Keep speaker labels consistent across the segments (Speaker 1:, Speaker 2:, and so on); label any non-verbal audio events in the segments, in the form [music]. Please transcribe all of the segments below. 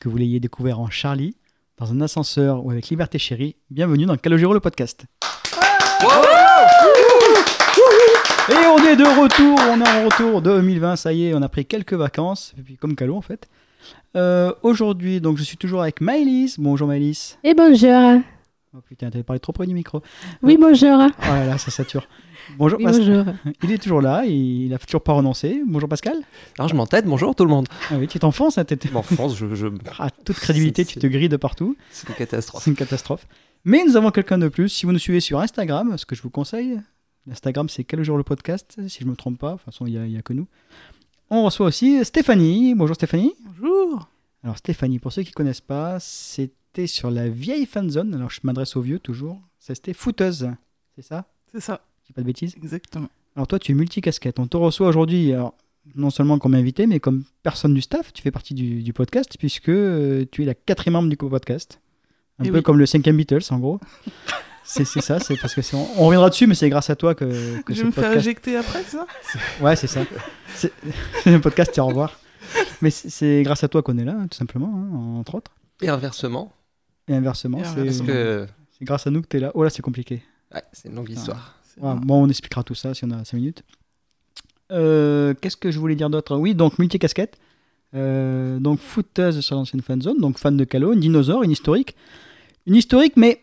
Speaker 1: que vous l'ayez découvert en Charlie, dans un ascenseur ou avec Liberté Chérie, bienvenue dans Calogero le podcast. Et on est de retour, on est en retour 2020, ça y est, on a pris quelques vacances, et puis comme Calo en fait. Euh, Aujourd'hui, donc je suis toujours avec Maëlys. Bonjour Maëlys.
Speaker 2: Et Eh, bonjour.
Speaker 1: Oh putain, t'avais parlé trop près du micro.
Speaker 2: Oui, bonjour.
Speaker 1: Oh là là, ça sature. Bonjour
Speaker 2: Oui,
Speaker 1: Pascal.
Speaker 2: bonjour.
Speaker 1: Il est toujours là, il a toujours pas renoncé. Bonjour Pascal.
Speaker 3: Alors Hein, je m'entête, bonjour tout le monde.
Speaker 1: Ah oui, tu t'enfonces, hein, t'es- t'es-
Speaker 3: [laughs] En France, je, je-
Speaker 1: à toute crédibilité,
Speaker 3: C'est-
Speaker 1: tu te grilles de partout.
Speaker 3: c'est une catastrophe.
Speaker 1: C'est une catastrophe. Mais nous avons quelqu'un de plus. Si vous nous suivez sur Instagram, ce que je vous conseille, Instagram c'est quel jour le podcast, si je ne me trompe pas. De toute façon, il n'y a, que nous. On reçoit aussi Stéphanie. Bonjour Stéphanie.
Speaker 4: Bonjour.
Speaker 1: Alors Stéphanie, pour ceux qui ne connaissent pas, c'était sur la vieille fanzone. Alors je m'adresse aux vieux toujours. Ça, C'était footeuse. C'est ça
Speaker 4: C'est ça,
Speaker 1: Je dis pas de bêtises
Speaker 4: exactement.
Speaker 1: Alors toi, tu es multicasquette. On te reçoit aujourd'hui, alors, non seulement comme invité, mais comme personne du staff. Tu fais partie du, du podcast, puisque euh, tu es la quatrième membre du co-podcast. Un
Speaker 4: Eh
Speaker 1: peu
Speaker 4: oui.
Speaker 1: comme le cinquième Beatles, en gros. c'est c'est ça, c'est parce que c'est- on, on reviendra dessus, mais c'est grâce à toi que, que
Speaker 4: je
Speaker 1: ce
Speaker 4: vais me faire
Speaker 1: podcast...
Speaker 4: éjecter après, ça
Speaker 1: Ouais, c'est ça. C'est [laughs] le podcast, c'est au revoir. Mais c'est- c'est grâce à toi qu'on est là, tout simplement, hein, entre autres.
Speaker 3: Et inversement,
Speaker 1: Et inversement,
Speaker 4: Et
Speaker 1: c'est
Speaker 3: parce
Speaker 4: inversement.
Speaker 1: c'est
Speaker 3: que
Speaker 1: grâce à nous que tu es là. Oh là, c'est compliqué.
Speaker 3: ouais, c'est une longue histoire.
Speaker 4: C'est
Speaker 1: Ouais,
Speaker 4: bon.
Speaker 1: bon, on expliquera tout ça si on a 5 minutes. Euh, Qu'est-ce que je voulais dire d'autre Oui, donc multicasquette. Euh, donc footeuse sur l'ancienne fanzone, donc fan de Calo, une dinosaure, une historique. Une historique, mais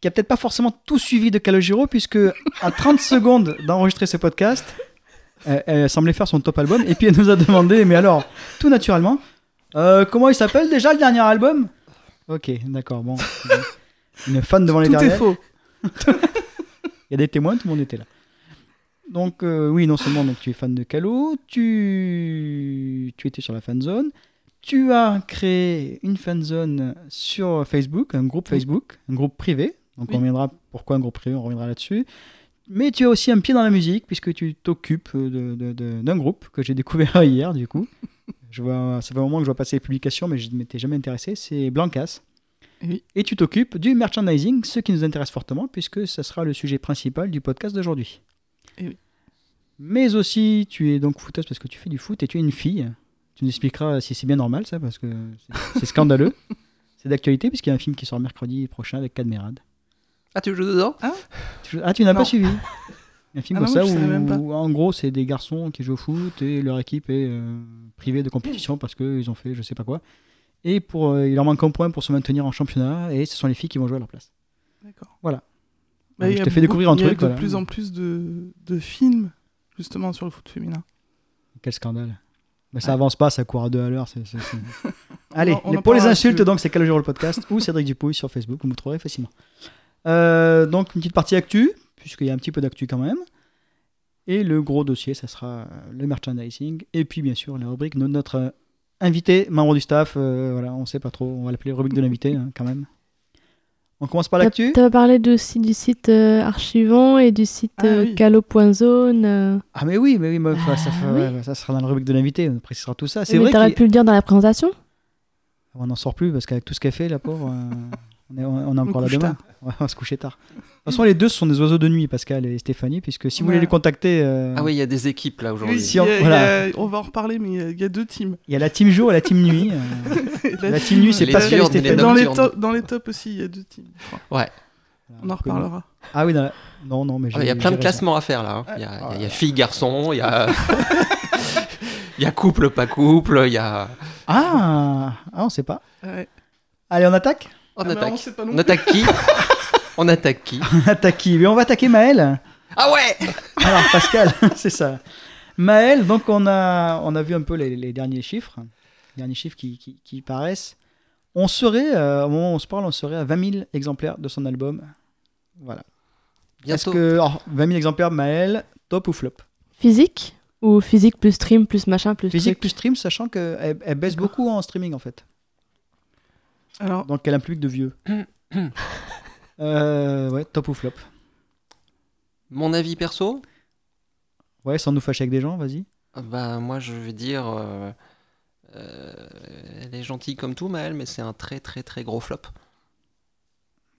Speaker 1: qui a peut-être pas forcément tout suivi de Calogero, puisque à 30 [laughs] secondes d'enregistrer ce podcast, euh, elle semblait faire son top album, et puis elle nous a demandé, mais alors, tout naturellement, euh, comment il s'appelle déjà le dernier album Ok, d'accord,
Speaker 4: [laughs]
Speaker 1: bon. Une fan devant les
Speaker 4: Tout est
Speaker 1: derniers.
Speaker 4: faux.
Speaker 1: Il y a des témoins, tout le monde était là. Donc euh, oui, non seulement donc, tu es fan de Calo, tu... tu étais sur la fanzone, tu as créé une fanzone sur Facebook, un groupe Facebook, un groupe privé. Donc on
Speaker 4: Oui.
Speaker 1: reviendra pourquoi un groupe privé, on reviendra là-dessus. Mais tu as aussi un pied dans la musique puisque tu t'occupes de- de- de- d'un groupe que j'ai découvert [laughs] hier du coup. Je vois, ça fait un moment que je vois passer les publications, mais je ne m'étais jamais intéressé. C'est Blancas.
Speaker 4: Oui.
Speaker 1: Et tu t'occupes du merchandising, ce qui nous intéresse fortement, puisque ça sera le sujet principal du podcast d'aujourd'hui.
Speaker 4: Et Eh oui.
Speaker 1: Mais aussi, tu es donc footeuse parce que tu fais du foot et tu es une fille. Tu nous expliqueras si c'est bien normal, ça, parce que c'est- c'est scandaleux.
Speaker 4: [laughs]
Speaker 1: c'est d'actualité, puisqu'il y a un film qui sort mercredi prochain avec Cadmerade.
Speaker 3: Ah, tu joues dedans
Speaker 1: Tu- Ah, tu n'as
Speaker 4: Non.
Speaker 1: pas suivi Un film
Speaker 4: Ah
Speaker 1: comme
Speaker 4: non,
Speaker 1: ça
Speaker 4: je
Speaker 1: où,
Speaker 4: savais même pas.
Speaker 1: où, en gros, c'est des garçons qui jouent au foot et leur équipe est euh, privée de compétition parce qu'ils ont fait je sais pas quoi. Et pour, euh, il leur manque un point pour se maintenir en championnat et ce sont les filles qui vont jouer à leur place.
Speaker 4: D'accord.
Speaker 1: Voilà.
Speaker 4: Bah,
Speaker 1: Je
Speaker 4: il y a
Speaker 1: te fais découvrir un
Speaker 4: beaucoup- il y a
Speaker 1: truc,
Speaker 4: de
Speaker 1: voilà.
Speaker 4: plus en plus de, de films, justement, sur le foot féminin.
Speaker 1: Quel scandale. Mais ça
Speaker 4: Ouais.
Speaker 1: avance pas, ça court à deux à l'heure. c'est- c'est- c'est-
Speaker 4: [laughs]
Speaker 1: Allez,
Speaker 4: en- Ah. on
Speaker 1: les-
Speaker 4: en
Speaker 1: pour les
Speaker 4: parlera
Speaker 1: insultes,
Speaker 4: dessus.
Speaker 1: donc c'est Calogero le podcast ou Cédric Dupouille sur Facebook, vous me trouverez facilement. Euh, donc une petite partie actu, puisqu'il y a un petit peu d'actu quand même. Et le gros dossier, ça sera euh, le merchandising. Et puis bien sûr, la rubrique de notre euh, invité, membre du staff. euh, voilà, on sait pas trop, on va l'appeler rubrique de l'invité hein, quand même. On commence par l'actu
Speaker 2: Tu as parlé de, aussi du site euh, Archivant et du site
Speaker 4: Ah,
Speaker 2: euh,
Speaker 4: oui.
Speaker 2: calo.zone. euh.
Speaker 1: Ah mais oui, mais oui, meuf, ça, fait-
Speaker 2: Bah
Speaker 1: ouais, bah, ça sera dans la rubrique de l'invité, on précisera tout ça. C'est
Speaker 2: Mais
Speaker 1: vrai
Speaker 2: t'aurais
Speaker 1: qu'il-
Speaker 2: pu le dire dans la présentation.
Speaker 1: On n'en sort plus parce qu'avec tout ce qu'elle fait, la pauvre,
Speaker 3: [laughs]
Speaker 1: euh, on, est, on est encore là
Speaker 4: couche
Speaker 1: demain. Ouais, on va se coucher tard. De toute façon, les deux sont des oiseaux de nuit, Pascal et Stéphanie, puisque si vous voulez
Speaker 4: Voilà.
Speaker 1: les contacter, euh,
Speaker 3: Ah oui, il y a des équipes là aujourd'hui.
Speaker 4: Oui,
Speaker 1: si on-
Speaker 4: il y a- il y
Speaker 1: voilà.
Speaker 4: a- on va en reparler, mais il y a- il y, a deux teams. [laughs]
Speaker 1: il y a la team jour et la team nuit. euh,
Speaker 3: [laughs]
Speaker 4: la,
Speaker 1: la team nuit, c'est
Speaker 3: les
Speaker 1: Pascal et
Speaker 3: diurnes et les
Speaker 1: Stéphanie.
Speaker 4: dans, les
Speaker 3: nocturne.
Speaker 4: top- dans les tops aussi, il y a deux teams. je crois. On en reparlera.
Speaker 1: Ah oui, dans la- non, non, mais
Speaker 3: Ah, Il y a
Speaker 1: j'ai-
Speaker 3: plein
Speaker 1: j'ai
Speaker 3: de
Speaker 1: raison.
Speaker 3: classements à faire là. hein. Il y a, il y a- il y a filles, garçons, il y
Speaker 4: [laughs]
Speaker 3: a... [laughs] il y a couple, pas couple, il y a...
Speaker 1: Ah, ah, on sait pas.
Speaker 4: Ouais.
Speaker 1: Allez, on attaque [laughs]
Speaker 3: On
Speaker 4: Ah, mais on
Speaker 3: attaque.
Speaker 4: sait pas non
Speaker 3: On attaque qui On attaque
Speaker 4: [laughs]
Speaker 3: qui
Speaker 1: On attaque qui Mais on va attaquer Maël.
Speaker 3: Ah ouais
Speaker 1: Alors, Pascal, [laughs] c'est ça. Maël, donc on a, on a vu un peu les, les derniers chiffres, les derniers chiffres qui, qui- qui paraissent. On serait, euh, au moment où on se parle, on serait à 20 000 exemplaires de son album. Voilà. Est-ce
Speaker 3: Bientôt.
Speaker 1: que alors, 20 000 exemplaires, Maël, top ou flop
Speaker 2: Physique Ou physique plus stream plus machin plus
Speaker 1: Physique
Speaker 2: truc
Speaker 1: plus stream, sachant qu'elle elle baisse beaucoup en streaming en fait.
Speaker 4: Alors,
Speaker 1: Donc elle a un public de vieux. Euh, ouais, top ou flop
Speaker 3: Mon avis perso
Speaker 1: Ouais, sans nous fâcher avec des gens, vas-y.
Speaker 3: Bah moi je vais dire... euh, euh, elle est gentille comme tout Maëlle, mais c'est un très très très gros flop.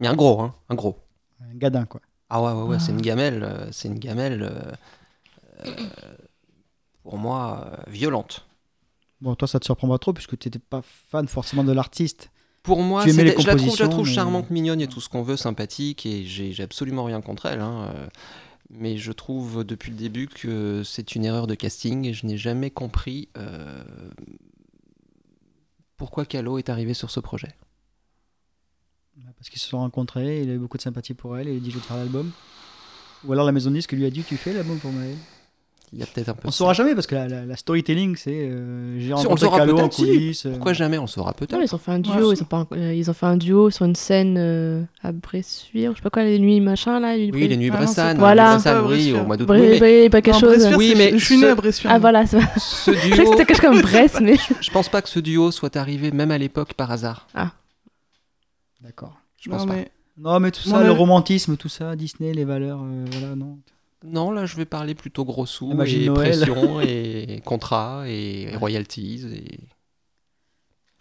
Speaker 3: Mais un gros, hein, un gros.
Speaker 1: Un gadin quoi.
Speaker 3: Ah ouais, ouais, ouais, c'est une gamelle, euh, c'est une gamelle euh, euh, pour moi euh, violente.
Speaker 1: Bon, toi, ça te surprend pas trop puisque tu n'étais pas fan forcément de l'artiste.
Speaker 3: Pour moi,
Speaker 1: Tu aimais les
Speaker 3: c'était- je la trouve, je la
Speaker 1: compositions,
Speaker 3: trouve
Speaker 1: mais-
Speaker 3: charmante, mignonne et tout ce qu'on veut, sympathique, et j'ai j'ai absolument rien contre elle. hein, euh, Mais je trouve depuis le début que c'est une erreur de casting et je n'ai jamais compris euh, pourquoi Calo est arrivé sur ce projet.
Speaker 1: Parce qu'ils se sont rencontrés, il a eu beaucoup de sympathie pour elle et il a dit je vais te faire l'album. Ou alors la maison de disque lui a dit tu fais l'album pour moi.
Speaker 3: Il y a peut-être un peu.
Speaker 1: On
Speaker 3: de
Speaker 1: saura jamais parce que la, la- la storytelling c'est euh, j'ai
Speaker 3: on le
Speaker 1: rencontré
Speaker 3: saura
Speaker 1: Calo en
Speaker 3: peut-être, si.
Speaker 1: coulisses. euh,
Speaker 3: ça. Pourquoi jamais On le saura
Speaker 2: Non,
Speaker 3: peut-être.
Speaker 2: ils ont fait un
Speaker 4: Ouais,
Speaker 2: duo,
Speaker 4: c'est-
Speaker 2: ils, ont pas encore- euh, ils ont fait un duo sur une scène euh, à Bressuire, je sais pas quoi, les nuits machin là. les-
Speaker 3: Oui, les nuits
Speaker 4: Ah non, c'est
Speaker 3: Bressannes.
Speaker 4: pas-
Speaker 2: Voilà.
Speaker 3: les nuits Bressannes,
Speaker 4: Pas
Speaker 3: oui,
Speaker 4: Bressuire.
Speaker 3: au
Speaker 4: [laughs]
Speaker 3: mois d'août.
Speaker 2: Bri-
Speaker 3: Oui, mais
Speaker 2: Bri- pas quelque
Speaker 4: Non,
Speaker 2: chose.
Speaker 4: Bressuire,
Speaker 3: Oui,
Speaker 4: c'est-
Speaker 3: mais
Speaker 4: je suis né
Speaker 3: ce-
Speaker 4: à Bressuire.
Speaker 2: Ah voilà, c'est-
Speaker 3: ce
Speaker 2: [laughs] je croyais que
Speaker 3: duo,
Speaker 2: c'était quelque chose comme Brest, mais.
Speaker 3: je pense pas que ce duo soit arrivé même à l'époque par hasard.
Speaker 1: D'accord.
Speaker 3: Je pense
Speaker 4: non,
Speaker 3: pas.
Speaker 4: mais
Speaker 1: Non mais tout ça,
Speaker 4: Mon
Speaker 1: le
Speaker 4: avis-
Speaker 1: romantisme, tout ça, Disney, les valeurs, euh, voilà non.
Speaker 3: Non, là, je vais parler plutôt gros sous
Speaker 1: La magie de
Speaker 3: et
Speaker 1: Noël. [laughs]
Speaker 3: pression et contrat et royalties. Et...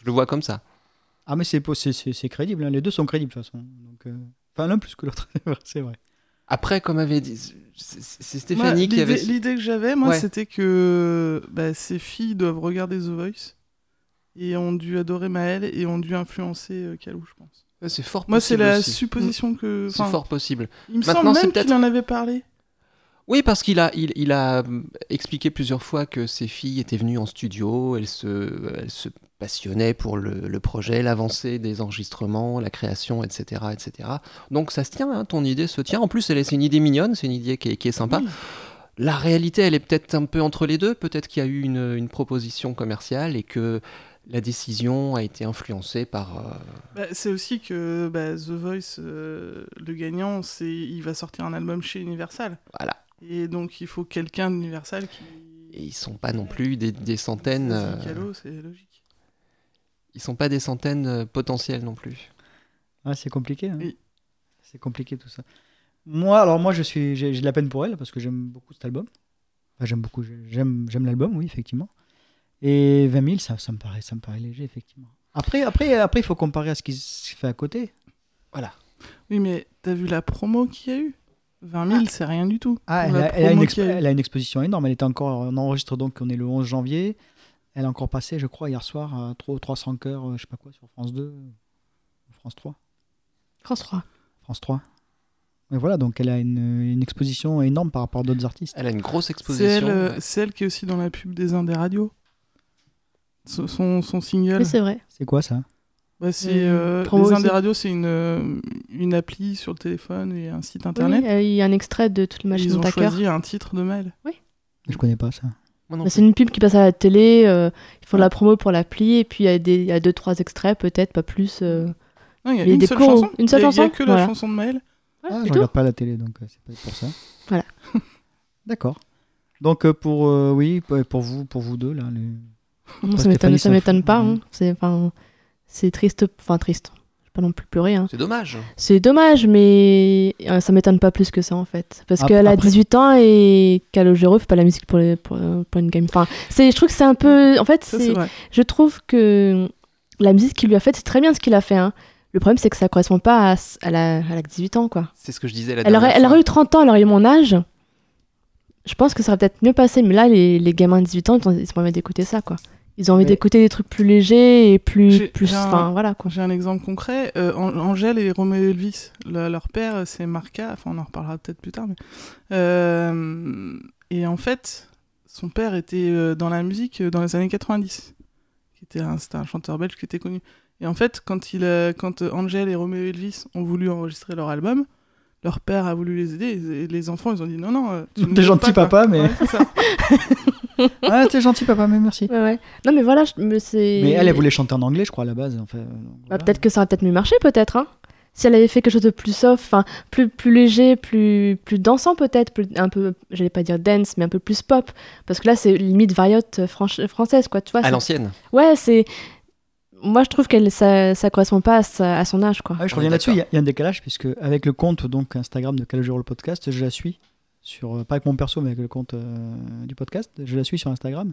Speaker 3: Je le vois comme ça.
Speaker 1: Ah mais c'est po- c'est- c'est c'est crédible, hein. les deux sont crédibles de toute façon. Donc, euh, Enfin l'un plus que l'autre, [laughs] c'est vrai, c'est vrai.
Speaker 3: Après, comme avait dit, c'est c'est
Speaker 4: moi,
Speaker 3: Stéphanie qui
Speaker 4: l'idée-
Speaker 3: avait.
Speaker 4: L'idée que j'avais, moi,
Speaker 3: Ouais.
Speaker 4: c'était que bah, ces filles doivent regarder The Voice et ont dû adorer Maëlle et ont dû influencer euh, Calou, je pense.
Speaker 3: Ouais, C'est fort
Speaker 4: Moi, c'est
Speaker 3: possible.
Speaker 4: la
Speaker 3: aussi.
Speaker 4: supposition que.
Speaker 3: C'est
Speaker 4: enfin,
Speaker 3: fort possible.
Speaker 4: Il me
Speaker 3: Maintenant,
Speaker 4: semble
Speaker 3: c'est
Speaker 4: même
Speaker 3: peut-être-
Speaker 4: qu'il en avait parlé.
Speaker 3: Oui, parce qu'il a, il, il a hum, expliqué plusieurs fois que ses filles étaient venues en studio, elles se, elles se passionnaient pour le, le projet, l'avancée des enregistrements, la création, etc. etc. Donc ça se tient, hein, ton idée se tient. En plus, elle est- c'est une idée mignonne, c'est une idée qui est, qui est sympa.
Speaker 4: Oui.
Speaker 3: La réalité, elle est peut-être un peu entre les deux. Peut-être qu'il y a eu une, une proposition commerciale et que la décision a été influencée par. euh,
Speaker 4: Bah, c'est aussi que bah, The Voice, euh, le gagnant, c'est il va sortir un album chez Universal.
Speaker 3: voilà.
Speaker 4: Et donc, il faut quelqu'un d'Universal qui.
Speaker 3: Et ils sont pas non plus des, des centaines.
Speaker 4: Ça, c'est
Speaker 3: euh,
Speaker 4: Calo, c'est logique.
Speaker 3: ils sont pas des centaines euh, potentielles non plus.
Speaker 1: Ah, c'est compliqué. hein.
Speaker 4: Oui.
Speaker 1: C'est compliqué tout ça. Moi, alors moi, je suis, j'ai j'ai de la peine pour elle parce que j'aime beaucoup cet album. Enfin, j'aime beaucoup, j'ai- j'aime, j'aime l'album, oui, effectivement. Et 20 000, ça, ça me paraît, ça me paraît léger, effectivement. Après, après, après, il faut comparer à ce qui se fait à côté.
Speaker 4: Oui, mais t'as vu la promo qu'il y a eu 20 000, c'est rien du tout.
Speaker 1: Ah, elle
Speaker 4: Pour la
Speaker 1: a, elle a une
Speaker 4: promo
Speaker 1: exp-
Speaker 4: qu'il y a eu.
Speaker 1: elle a une exposition énorme. Elle était encore, on enregistre donc, on est le 11 janvier. Elle a encore passé, je crois, hier soir, à 300 300 cœurs, euh, je sais pas quoi, sur France 2, ou France 3.
Speaker 2: France 3.
Speaker 1: France 3. Mais voilà, donc elle a une, une exposition énorme par rapport à d'autres artistes.
Speaker 3: Elle a une grosse
Speaker 4: C'est
Speaker 3: exposition.
Speaker 4: elle, euh,
Speaker 3: ouais.
Speaker 4: c'est elle qui est aussi dans la pub des Indes radios. Son, son, son single.
Speaker 2: Oui, c'est vrai.
Speaker 1: C'est quoi ça
Speaker 4: Bah, c'est,
Speaker 2: Euh,
Speaker 4: euh,
Speaker 2: promo
Speaker 4: les
Speaker 2: aussi.
Speaker 4: Indes radios, c'est une, euh, une appli sur le téléphone et un site
Speaker 2: Oui,
Speaker 4: internet.
Speaker 2: oui, euh, il y a un extrait de toute la
Speaker 4: Et
Speaker 2: machine
Speaker 4: ils ont
Speaker 2: Tucker.
Speaker 4: choisi un titre de mail.
Speaker 1: Je connais pas ça.
Speaker 3: Moi non
Speaker 2: Bah,
Speaker 3: plus.
Speaker 2: c'est une pub qui passe à la télé, euh, ils font de la promo pour l'appli, et puis il y, a des- il y a deux, trois extraits, peut-être, pas plus. euh.
Speaker 4: Non, il y a
Speaker 2: Il y a
Speaker 4: une
Speaker 2: des
Speaker 4: seule
Speaker 2: cons.
Speaker 4: chanson.
Speaker 2: Une seule
Speaker 4: Il y a- Il y a
Speaker 2: chanson
Speaker 4: que la
Speaker 2: Voilà.
Speaker 4: chanson de Maël.
Speaker 2: Voilà,
Speaker 1: Ah,
Speaker 2: c'est
Speaker 1: je
Speaker 2: tout.
Speaker 1: regarde pas la télé, donc euh, c'est pas pour ça.
Speaker 2: [laughs] Voilà.
Speaker 1: [laughs] D'accord. Donc euh, pour euh, oui, pour pour vous, pour vous deux là. les-
Speaker 2: [laughs] Non,
Speaker 1: Parce
Speaker 2: ça
Speaker 1: que Fanny
Speaker 2: m'étonne, ça
Speaker 1: s'en
Speaker 2: m'étonne
Speaker 1: fout,
Speaker 2: pas. hein.
Speaker 1: ouais.
Speaker 2: C'est, enfin, c'est triste, enfin triste. Je vais pas non plus pleurer. hein.
Speaker 3: C'est dommage.
Speaker 2: C'est dommage, mais euh, ça m'étonne pas plus que ça en fait, parce
Speaker 1: Ap-
Speaker 2: qu'elle a
Speaker 1: après-
Speaker 2: 18 ans et Calogero fait pas la musique pour, les, pour, euh, pour une game. Enfin, c'est, je trouve que c'est un peu, en fait,
Speaker 4: Ça,
Speaker 2: c'est-
Speaker 4: c'est vrai.
Speaker 2: je trouve que la musique qu'il lui a faite, c'est très bien ce qu'il a fait. hein. Le problème, c'est que ça correspond pas à, s- à la, à la 18 ans, quoi.
Speaker 3: C'est ce que je disais la
Speaker 2: Elle aurait,
Speaker 3: dernière
Speaker 2: elle
Speaker 3: fois.
Speaker 2: aurait eu 30 ans, elle aurait eu mon âge. Je pense que ça aurait peut-être mieux passé, mais là, les, les gamins de 18 ans, ils ont, ils ont envie d'écouter ça, quoi. Ils ont envie
Speaker 1: Mais-
Speaker 2: d'écouter des trucs plus légers et plus.
Speaker 4: J'ai-
Speaker 2: plus
Speaker 4: j'ai un-
Speaker 2: enfin, voilà, quoi.
Speaker 4: J'ai un exemple concret. Euh, An- Angèle et Roméo Elvis, le- leur père, euh, c'est Marca. Enfin, on en reparlera peut-être plus tard. mais- Euh, et en fait, son père était euh, dans la musique euh, dans les années 90. Qui était un- C'était un chanteur belge qui était connu. Et en fait, quand, il, euh, quand euh, Angèle et Roméo Elvis ont voulu enregistrer leur album, leur père a voulu les aider. Et les enfants, ils ont dit non, non. euh, tu nous
Speaker 1: T'es
Speaker 4: aides
Speaker 1: gentil,
Speaker 4: pas,
Speaker 1: papa,
Speaker 4: quoi.
Speaker 1: mais-
Speaker 4: Ouais,
Speaker 1: [laughs]
Speaker 4: c'est ça.
Speaker 1: Ah t'es gentil papa, mais merci.
Speaker 2: Ouais, ouais. Non, mais voilà, je, mais c'est.
Speaker 1: Mais elle, elle voulait chanter en anglais, je crois à la base. Enfin, euh,
Speaker 2: Bah,
Speaker 1: voilà.
Speaker 2: peut-être que ça aurait peut-être mieux marché, peut-être. Hein si elle avait fait quelque chose de plus soft, enfin, plus, plus léger, plus, plus dansant peut-être, plus- un peu, j'allais pas dire dance, mais un peu plus pop. Parce que là, c'est limite variote euh, franch- française, quoi, tu vois.
Speaker 3: À
Speaker 2: c'est-
Speaker 3: l'ancienne.
Speaker 2: Ouais, c'est... Moi, je trouve qu'elle ça, ça correspond pas à, sa- à son âge, quoi.
Speaker 1: Ah oui, je
Speaker 3: On
Speaker 1: reviens
Speaker 3: est
Speaker 1: là-dessus. Il y, a- il y a un décalage puisque avec le compte donc Instagram de Calogero le podcast, je la suis sur euh, pas avec mon perso, mais avec le compte euh, du podcast, je la suis sur Instagram.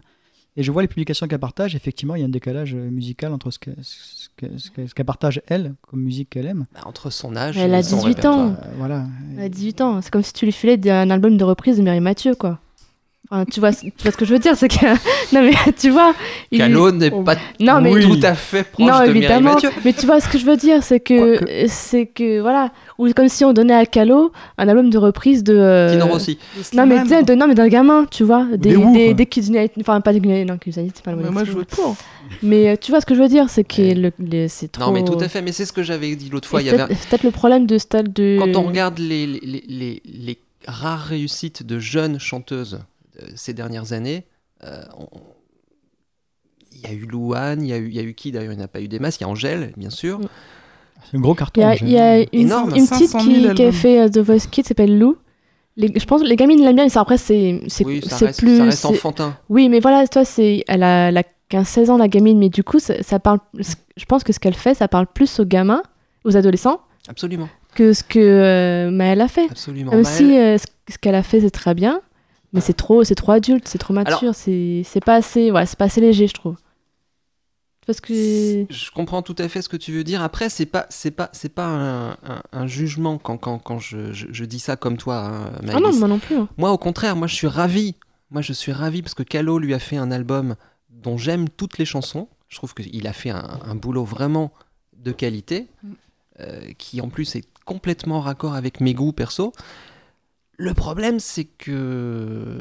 Speaker 1: Et je vois les publications qu'elle partage. Effectivement, il y a un décalage euh, musical entre ce que- ce que- ce que- ce qu'elle partage, elle, comme musique qu'elle aime.
Speaker 3: Bah, entre son âge
Speaker 2: Elle
Speaker 3: et
Speaker 2: a
Speaker 3: son
Speaker 2: 18 ans.
Speaker 3: répertoire.
Speaker 4: Mm.
Speaker 1: Euh, voilà.
Speaker 2: Elle a 18 ans. C'est comme si tu lui filais un album de reprise de Mary Mathieu, quoi. Enfin, tu, vois, tu vois ce que je veux dire, c'est que. [laughs] non, mais tu vois. il-
Speaker 3: Calonne n'est
Speaker 1: Oh.
Speaker 3: pas
Speaker 2: Non, mais.
Speaker 1: Oui.
Speaker 3: tout à fait proche
Speaker 2: non,
Speaker 3: de Mireille
Speaker 2: évidemment.
Speaker 3: Mathieu.
Speaker 2: Mais tu vois ce que je veux dire, c'est que. C'est que, voilà. Ou comme si on donnait à Calo un album de reprise de. euh,
Speaker 3: Tino Rossi.
Speaker 2: Non, mais tu sais, de- non, mais d'un gamin, tu vois. Des,
Speaker 1: ouf,
Speaker 2: des,
Speaker 1: ouais.
Speaker 2: des Kids United- Enfin, pas des Kids United, non, Kids United, c'est pas le
Speaker 4: Mais
Speaker 2: mot
Speaker 4: moi, je
Speaker 2: exact.
Speaker 4: vote pour.
Speaker 2: Mais euh, tu vois ce que je veux dire, c'est que
Speaker 3: Ouais.
Speaker 2: le- le- c'est trop.
Speaker 3: Non, mais tout à fait. Mais c'est ce que j'avais dit l'autre fois.
Speaker 2: Et
Speaker 3: Il y avait
Speaker 2: peut-être- C'est peut-être le problème de stade de.
Speaker 3: quand on regarde les, les, les- les- les rares réussites de jeunes chanteuses euh, ces dernières années, euh, on- il y a eu Louane, il y, a eu- il y a eu qui d'ailleurs Il n'y en a pas eu des masses, il y a Angèle, bien sûr.
Speaker 2: Mm.
Speaker 1: C'est un gros carton.
Speaker 2: Il y a,
Speaker 1: j'ai-
Speaker 2: il y a une,
Speaker 3: Énorme,
Speaker 2: une petite
Speaker 4: 500 000
Speaker 2: qui, qui a
Speaker 4: albums.
Speaker 2: fait euh, The Voice Kids, s'appelle Lou. Les- je pense que les gamines l'aiment bien, mais ça, après, c'est c'est
Speaker 3: oui, ça
Speaker 2: c'est
Speaker 3: reste,
Speaker 2: plus.
Speaker 3: ça reste
Speaker 2: c'est-
Speaker 3: enfantin.
Speaker 2: Oui, mais voilà, toi, c'est elle a, elle a 15-16 ans, la gamine, mais du coup, ça, ça parle. Je pense que ce qu'elle fait, ça parle plus aux gamins, aux adolescents, [laughs]
Speaker 3: Absolument,
Speaker 2: que ce que euh, Maëlle a fait.
Speaker 3: absolument.
Speaker 2: Même
Speaker 3: Maëlle,
Speaker 2: si euh, ce- ce qu'elle a fait, c'est très bien, mais c'est trop, c'est trop adulte, c'est trop mature, c'est c'est pas assez, voilà, c'est pas assez léger, je trouve. Parce que.
Speaker 3: Je comprends tout à fait ce que tu veux dire. Après, c'est pas, c'est pas, c'est pas un, un- un jugement quand, quand, quand je, je- je dis ça comme toi, hein,
Speaker 2: Ah non,
Speaker 3: Maëlys.
Speaker 2: moi non plus. hein.
Speaker 3: Moi, au contraire, moi, je suis ravi. Moi, je suis ravi parce que Calo lui a fait un album dont j'aime toutes les chansons. Je trouve qu'il a fait un, un boulot vraiment de qualité,
Speaker 2: Mm.
Speaker 3: euh, qui en plus est complètement en raccord avec mes goûts perso. Le problème, c'est que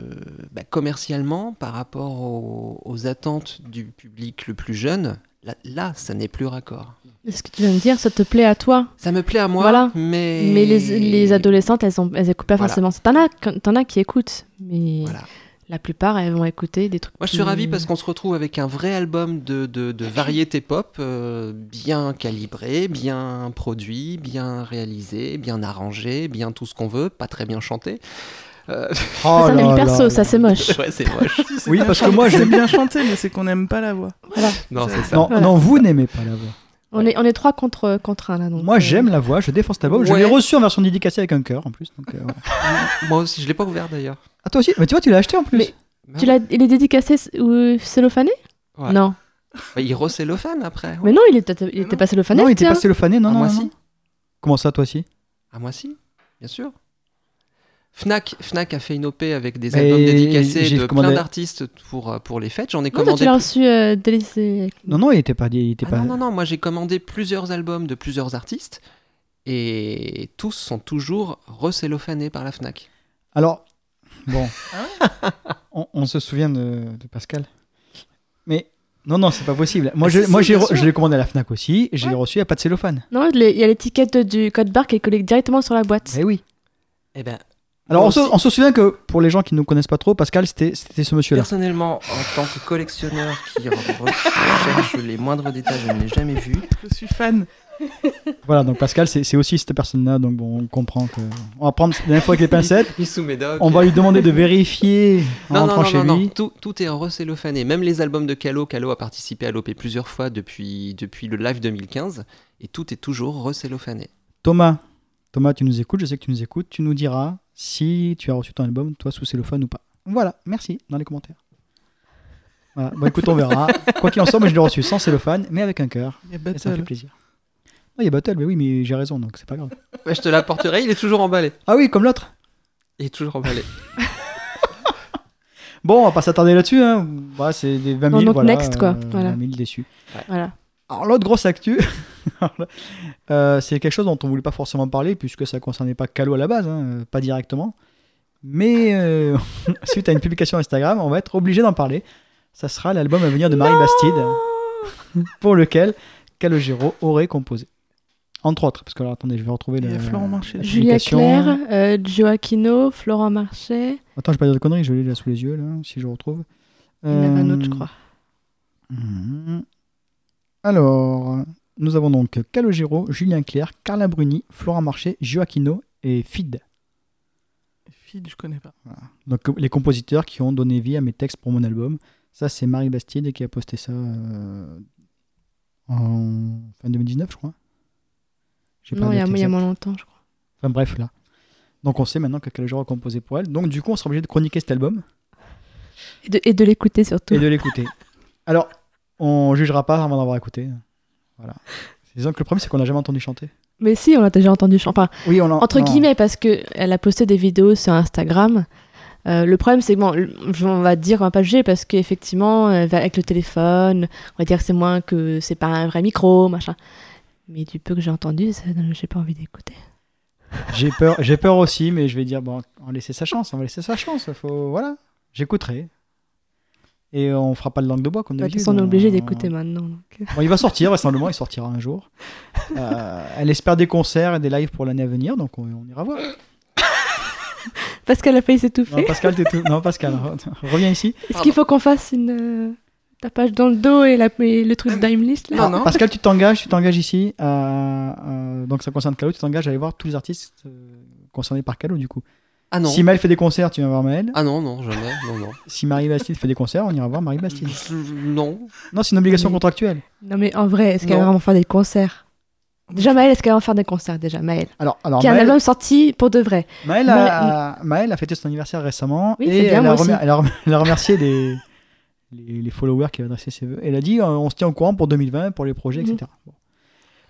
Speaker 3: bah, commercialement, par rapport aux, aux attentes du public le plus jeune, là, là, ça n'est plus raccord.
Speaker 2: Ce que tu viens de dire, ça te plaît à toi,
Speaker 3: Ça me plaît à moi,
Speaker 2: Voilà.
Speaker 3: mais...
Speaker 2: Mais les, les adolescentes, elles, ont, elles écoutent pas
Speaker 3: Voilà.
Speaker 2: forcément. T'en as, t'en as qui écoutent, mais
Speaker 3: Voilà.
Speaker 2: la plupart, elles vont écouter des trucs.
Speaker 3: Moi, je suis
Speaker 2: plus-
Speaker 3: ravi parce qu'on se retrouve avec un vrai album de, de,
Speaker 2: [laughs]
Speaker 3: de variété pop, euh, bien calibré, bien produit, bien réalisé, bien arrangé, bien tout ce qu'on veut, pas très bien chanté. Euh,
Speaker 1: Oh
Speaker 2: ça, c'est un
Speaker 1: là
Speaker 2: avis
Speaker 1: là
Speaker 2: perso,
Speaker 1: là.
Speaker 2: ça c'est moche.
Speaker 3: [laughs] ouais, c'est moche.
Speaker 4: Si, c'est
Speaker 1: Oui,
Speaker 4: bien
Speaker 1: parce que
Speaker 2: [laughs]
Speaker 4: chanté,
Speaker 1: moi,
Speaker 4: c'est
Speaker 1: j'aime-
Speaker 4: bien chanté, mais c'est qu'on n'aime pas la voix.
Speaker 3: Non, c'est ça.
Speaker 1: Non,
Speaker 2: Voilà.
Speaker 1: non, vous n'aimez pas la voix.
Speaker 2: On est, on est trois contre, contre un là. Donc,
Speaker 1: Moi,
Speaker 2: euh,
Speaker 1: j'aime la voix, je défends cet album. Je
Speaker 3: Ouais.
Speaker 1: l'ai reçu en version dédicacée avec un cœur en plus. donc, euh, voilà.
Speaker 3: Moi aussi, je l'ai pas ouvert d'ailleurs.
Speaker 1: Ah, toi aussi Mais tu vois, tu l'as acheté en plus.
Speaker 2: Mais- Tu l'as, il est dédicacé c- ou cellophané
Speaker 3: Ouais.
Speaker 2: Non.
Speaker 3: Ouais, Il recélophane Bah, après. ouais.
Speaker 2: Mais non, il était, il
Speaker 4: Ah
Speaker 2: était
Speaker 4: non.
Speaker 2: pas cellophané.
Speaker 1: non, il était
Speaker 2: tiens.
Speaker 1: passé le fané, non,
Speaker 3: Ah,
Speaker 1: non,
Speaker 3: moi
Speaker 1: non,
Speaker 3: si.
Speaker 1: non. Comment ça, toi aussi
Speaker 3: À Ah, moi si, bien sûr. Fnac, Fnac a fait une OP avec des
Speaker 1: Mais
Speaker 3: albums dédicacés
Speaker 1: j'ai
Speaker 3: de
Speaker 1: commandé-
Speaker 3: plein d'artistes pour, euh, pour les fêtes. J'en ai
Speaker 2: Non, toi,
Speaker 3: commandé
Speaker 2: tu l'as reçu euh, délaissé.
Speaker 1: Non, non, il était pas. Il était
Speaker 3: Ah
Speaker 1: pas...
Speaker 3: non, non, non, moi j'ai commandé plusieurs albums de plusieurs artistes et tous sont toujours recellophanés par la Fnac.
Speaker 1: Alors, bon.
Speaker 3: Ah
Speaker 1: [laughs] on, on se souvient de, de Pascal. Mais non, non, c'est pas possible. Moi,
Speaker 3: Ah,
Speaker 1: je,
Speaker 3: si,
Speaker 1: moi
Speaker 3: si,
Speaker 1: j'ai
Speaker 3: bien
Speaker 1: re-
Speaker 3: sûr.
Speaker 1: je l'ai commandé à la Fnac aussi. J'ai reçu à pas de cellophane.
Speaker 2: Non, le- il y a l'étiquette de- du code barre qui est collée directement sur la boîte.
Speaker 1: Eh oui.
Speaker 3: Eh ben,
Speaker 1: Alors,
Speaker 3: Moi
Speaker 1: on se,
Speaker 3: aussi.
Speaker 1: on se souvient que pour les gens qui ne connaissent pas trop, Pascal, c'était c'était ce monsieur-là.
Speaker 5: Personnellement, en tant que collectionneur
Speaker 3: [laughs]
Speaker 5: qui recherche les moindres détails, je ne l'ai jamais vu.
Speaker 4: Je suis fan.
Speaker 1: Voilà, donc Pascal, c'est c'est aussi cette personne-là. Donc, bon, on comprend que. On va prendre la fois avec les
Speaker 3: [laughs]
Speaker 1: pincettes.
Speaker 3: Missou Médoc.
Speaker 1: On va lui demander de vérifier en
Speaker 3: Non, non,
Speaker 1: rentrant
Speaker 3: non,
Speaker 1: chez
Speaker 3: non, non,
Speaker 1: lui.
Speaker 3: Tout, tout est recellophané. Même les albums de Calo. Calo a participé à l'OP plusieurs fois depuis, depuis le live 2015 et tout est toujours recellophané.
Speaker 1: Thomas, Thomas, tu nous écoutes, je sais que tu nous écoutes, tu nous diras si tu as reçu ton album, toi, sous cellophane ou pas. Voilà, merci, dans les commentaires. Voilà, bon, écoute, on verra. Quoi qu'il en soit, moi, je l'ai reçu sans cellophane, mais avec un cœur.
Speaker 4: Il y a
Speaker 1: Et ça me fait
Speaker 4: Battle.
Speaker 1: plaisir. Ah, Il y a Battle, mais oui, mais j'ai raison, donc c'est pas grave.
Speaker 3: [laughs] Bah, je te l'apporterai, il est toujours emballé.
Speaker 1: Ah oui, comme l'autre.
Speaker 3: Il est toujours emballé.
Speaker 1: Bon, on va pas s'attarder là-dessus. Hein. Bah, c'est des 20 000,
Speaker 2: Non, donc
Speaker 1: voilà,
Speaker 2: next, quoi. Voilà.
Speaker 1: 20 000 déçus.
Speaker 2: Voilà.
Speaker 1: Alors, l'autre grosse actu, [laughs] euh, c'est quelque chose dont on voulait pas forcément parler, puisque ça concernait pas Calo à la base, hein, euh, pas directement. Mais euh, [laughs] suite à une publication Instagram, on va être obligé d'en parler. Ça sera l'album à venir de Marie Bastide, [laughs] pour lequel Calogero aurait composé. Entre autres, parce que alors attendez, je vais retrouver
Speaker 4: Il y
Speaker 1: le.
Speaker 4: a Florent Marché.
Speaker 1: la
Speaker 2: Julia
Speaker 1: publication.
Speaker 2: Claire, euh, Joaquino, Florent Marchais,
Speaker 1: Attends, je vais pas dire de conneries, je l'ai là sous les yeux, là, si je retrouve.
Speaker 2: il y en avait un autre,
Speaker 1: Euh,
Speaker 2: je crois.
Speaker 1: Mhm. Alors, nous avons donc Calogero, Julien Clerc, Carla Bruni, Florent Marché, Gioacchino et Fid.
Speaker 4: Fille, je connais pas.
Speaker 1: Donc les compositeurs qui ont donné vie à mes textes pour mon album. Ça, c'est Marie Bastide qui a posté ça euh, en fin 2019, je crois. J'ai pas
Speaker 2: Non,
Speaker 1: la
Speaker 2: il y a
Speaker 1: date
Speaker 2: il y a
Speaker 1: exacte.
Speaker 2: moins longtemps, je crois.
Speaker 1: Enfin bref, là. Donc on sait maintenant que Calogero a composé pour elle. Donc du coup, on sera obligé de chroniquer cet album.
Speaker 2: Et de, et de l'écouter surtout.
Speaker 1: et de l'écouter. Alors, on jugera pas avant d'avoir écouté. Voilà. Disons que le problème, c'est qu'on n'a jamais entendu chanter.
Speaker 2: Mais si, on l'a déjà entendu chanter. Enfin,
Speaker 1: Oui, on l'a-
Speaker 2: entre
Speaker 1: non.
Speaker 2: guillemets, parce que elle a posté des vidéos sur Instagram Euh, le problème, c'est que, bon, l- on va dire, on va pas juger parce qu'effectivement, euh, avec le téléphone, on va dire que c'est moins que c'est pas un vrai micro, machin. Mais du peu que j'ai entendu, ça donne- j'ai pas envie d'écouter.
Speaker 1: J'ai peur, j'ai peur aussi, mais je vais dire bon, on va laisser sa chance, on va laisser sa chance. Faut voilà, j'écouterai. Et on fera pas de langue de bois comme
Speaker 2: Bah, De toute
Speaker 1: d'habitude.
Speaker 2: façon, on est obligé d'écouter maintenant. donc. [laughs]
Speaker 1: Bon, il va sortir vraisemblablement, il sortira un jour. Euh, elle espère des concerts et des lives pour l'année à venir, donc on, on ira voir.
Speaker 2: Pascal a failli
Speaker 1: Non,
Speaker 2: s'étouffer.
Speaker 1: Pascal, t'es tout- non, Pascal, re- reviens ici.
Speaker 2: Est-ce qu'il faut qu'on fasse une euh, tapage dans le dos et, la- et le truc Daimlist
Speaker 1: Ah,
Speaker 2: là
Speaker 3: Non, non.
Speaker 1: Pascal, tu t'engages, tu t'engages ici. à- à- donc ça concerne Calo, tu t'engages à aller voir tous les artistes euh, concernés par Calo du coup.
Speaker 3: Ah non.
Speaker 1: Si Maël fait des concerts, tu viens voir Maël.
Speaker 3: Ah non, non, jamais. Non, non.
Speaker 1: Si Marie Bastide fait des concerts, on ira voir Marie Bastide.
Speaker 3: Je- non.
Speaker 1: Non, c'est une obligation
Speaker 2: Mais-
Speaker 1: contractuelle.
Speaker 2: Non, mais en vrai, est-ce qu'elle
Speaker 3: Non.
Speaker 2: va vraiment faire des concerts Déjà, Maëlle, est-ce qu'elle va en faire des concerts Déjà, Maëlle.
Speaker 1: Alors, alors
Speaker 2: Qui a un
Speaker 1: Maëlle-
Speaker 2: album sorti pour de vrai.
Speaker 1: Maëlle a, Maëlle a fêté son anniversaire récemment
Speaker 2: Oui,
Speaker 1: et
Speaker 2: c'est bien,
Speaker 1: elle, a
Speaker 2: moi aussi.
Speaker 1: remer- elle a remer- elle a remercié les, les, les followers qui avaient adressé ses vœux. Elle a dit euh, on se tient au courant pour 2020, pour les projets, etc.
Speaker 2: Mhm.
Speaker 1: Bon.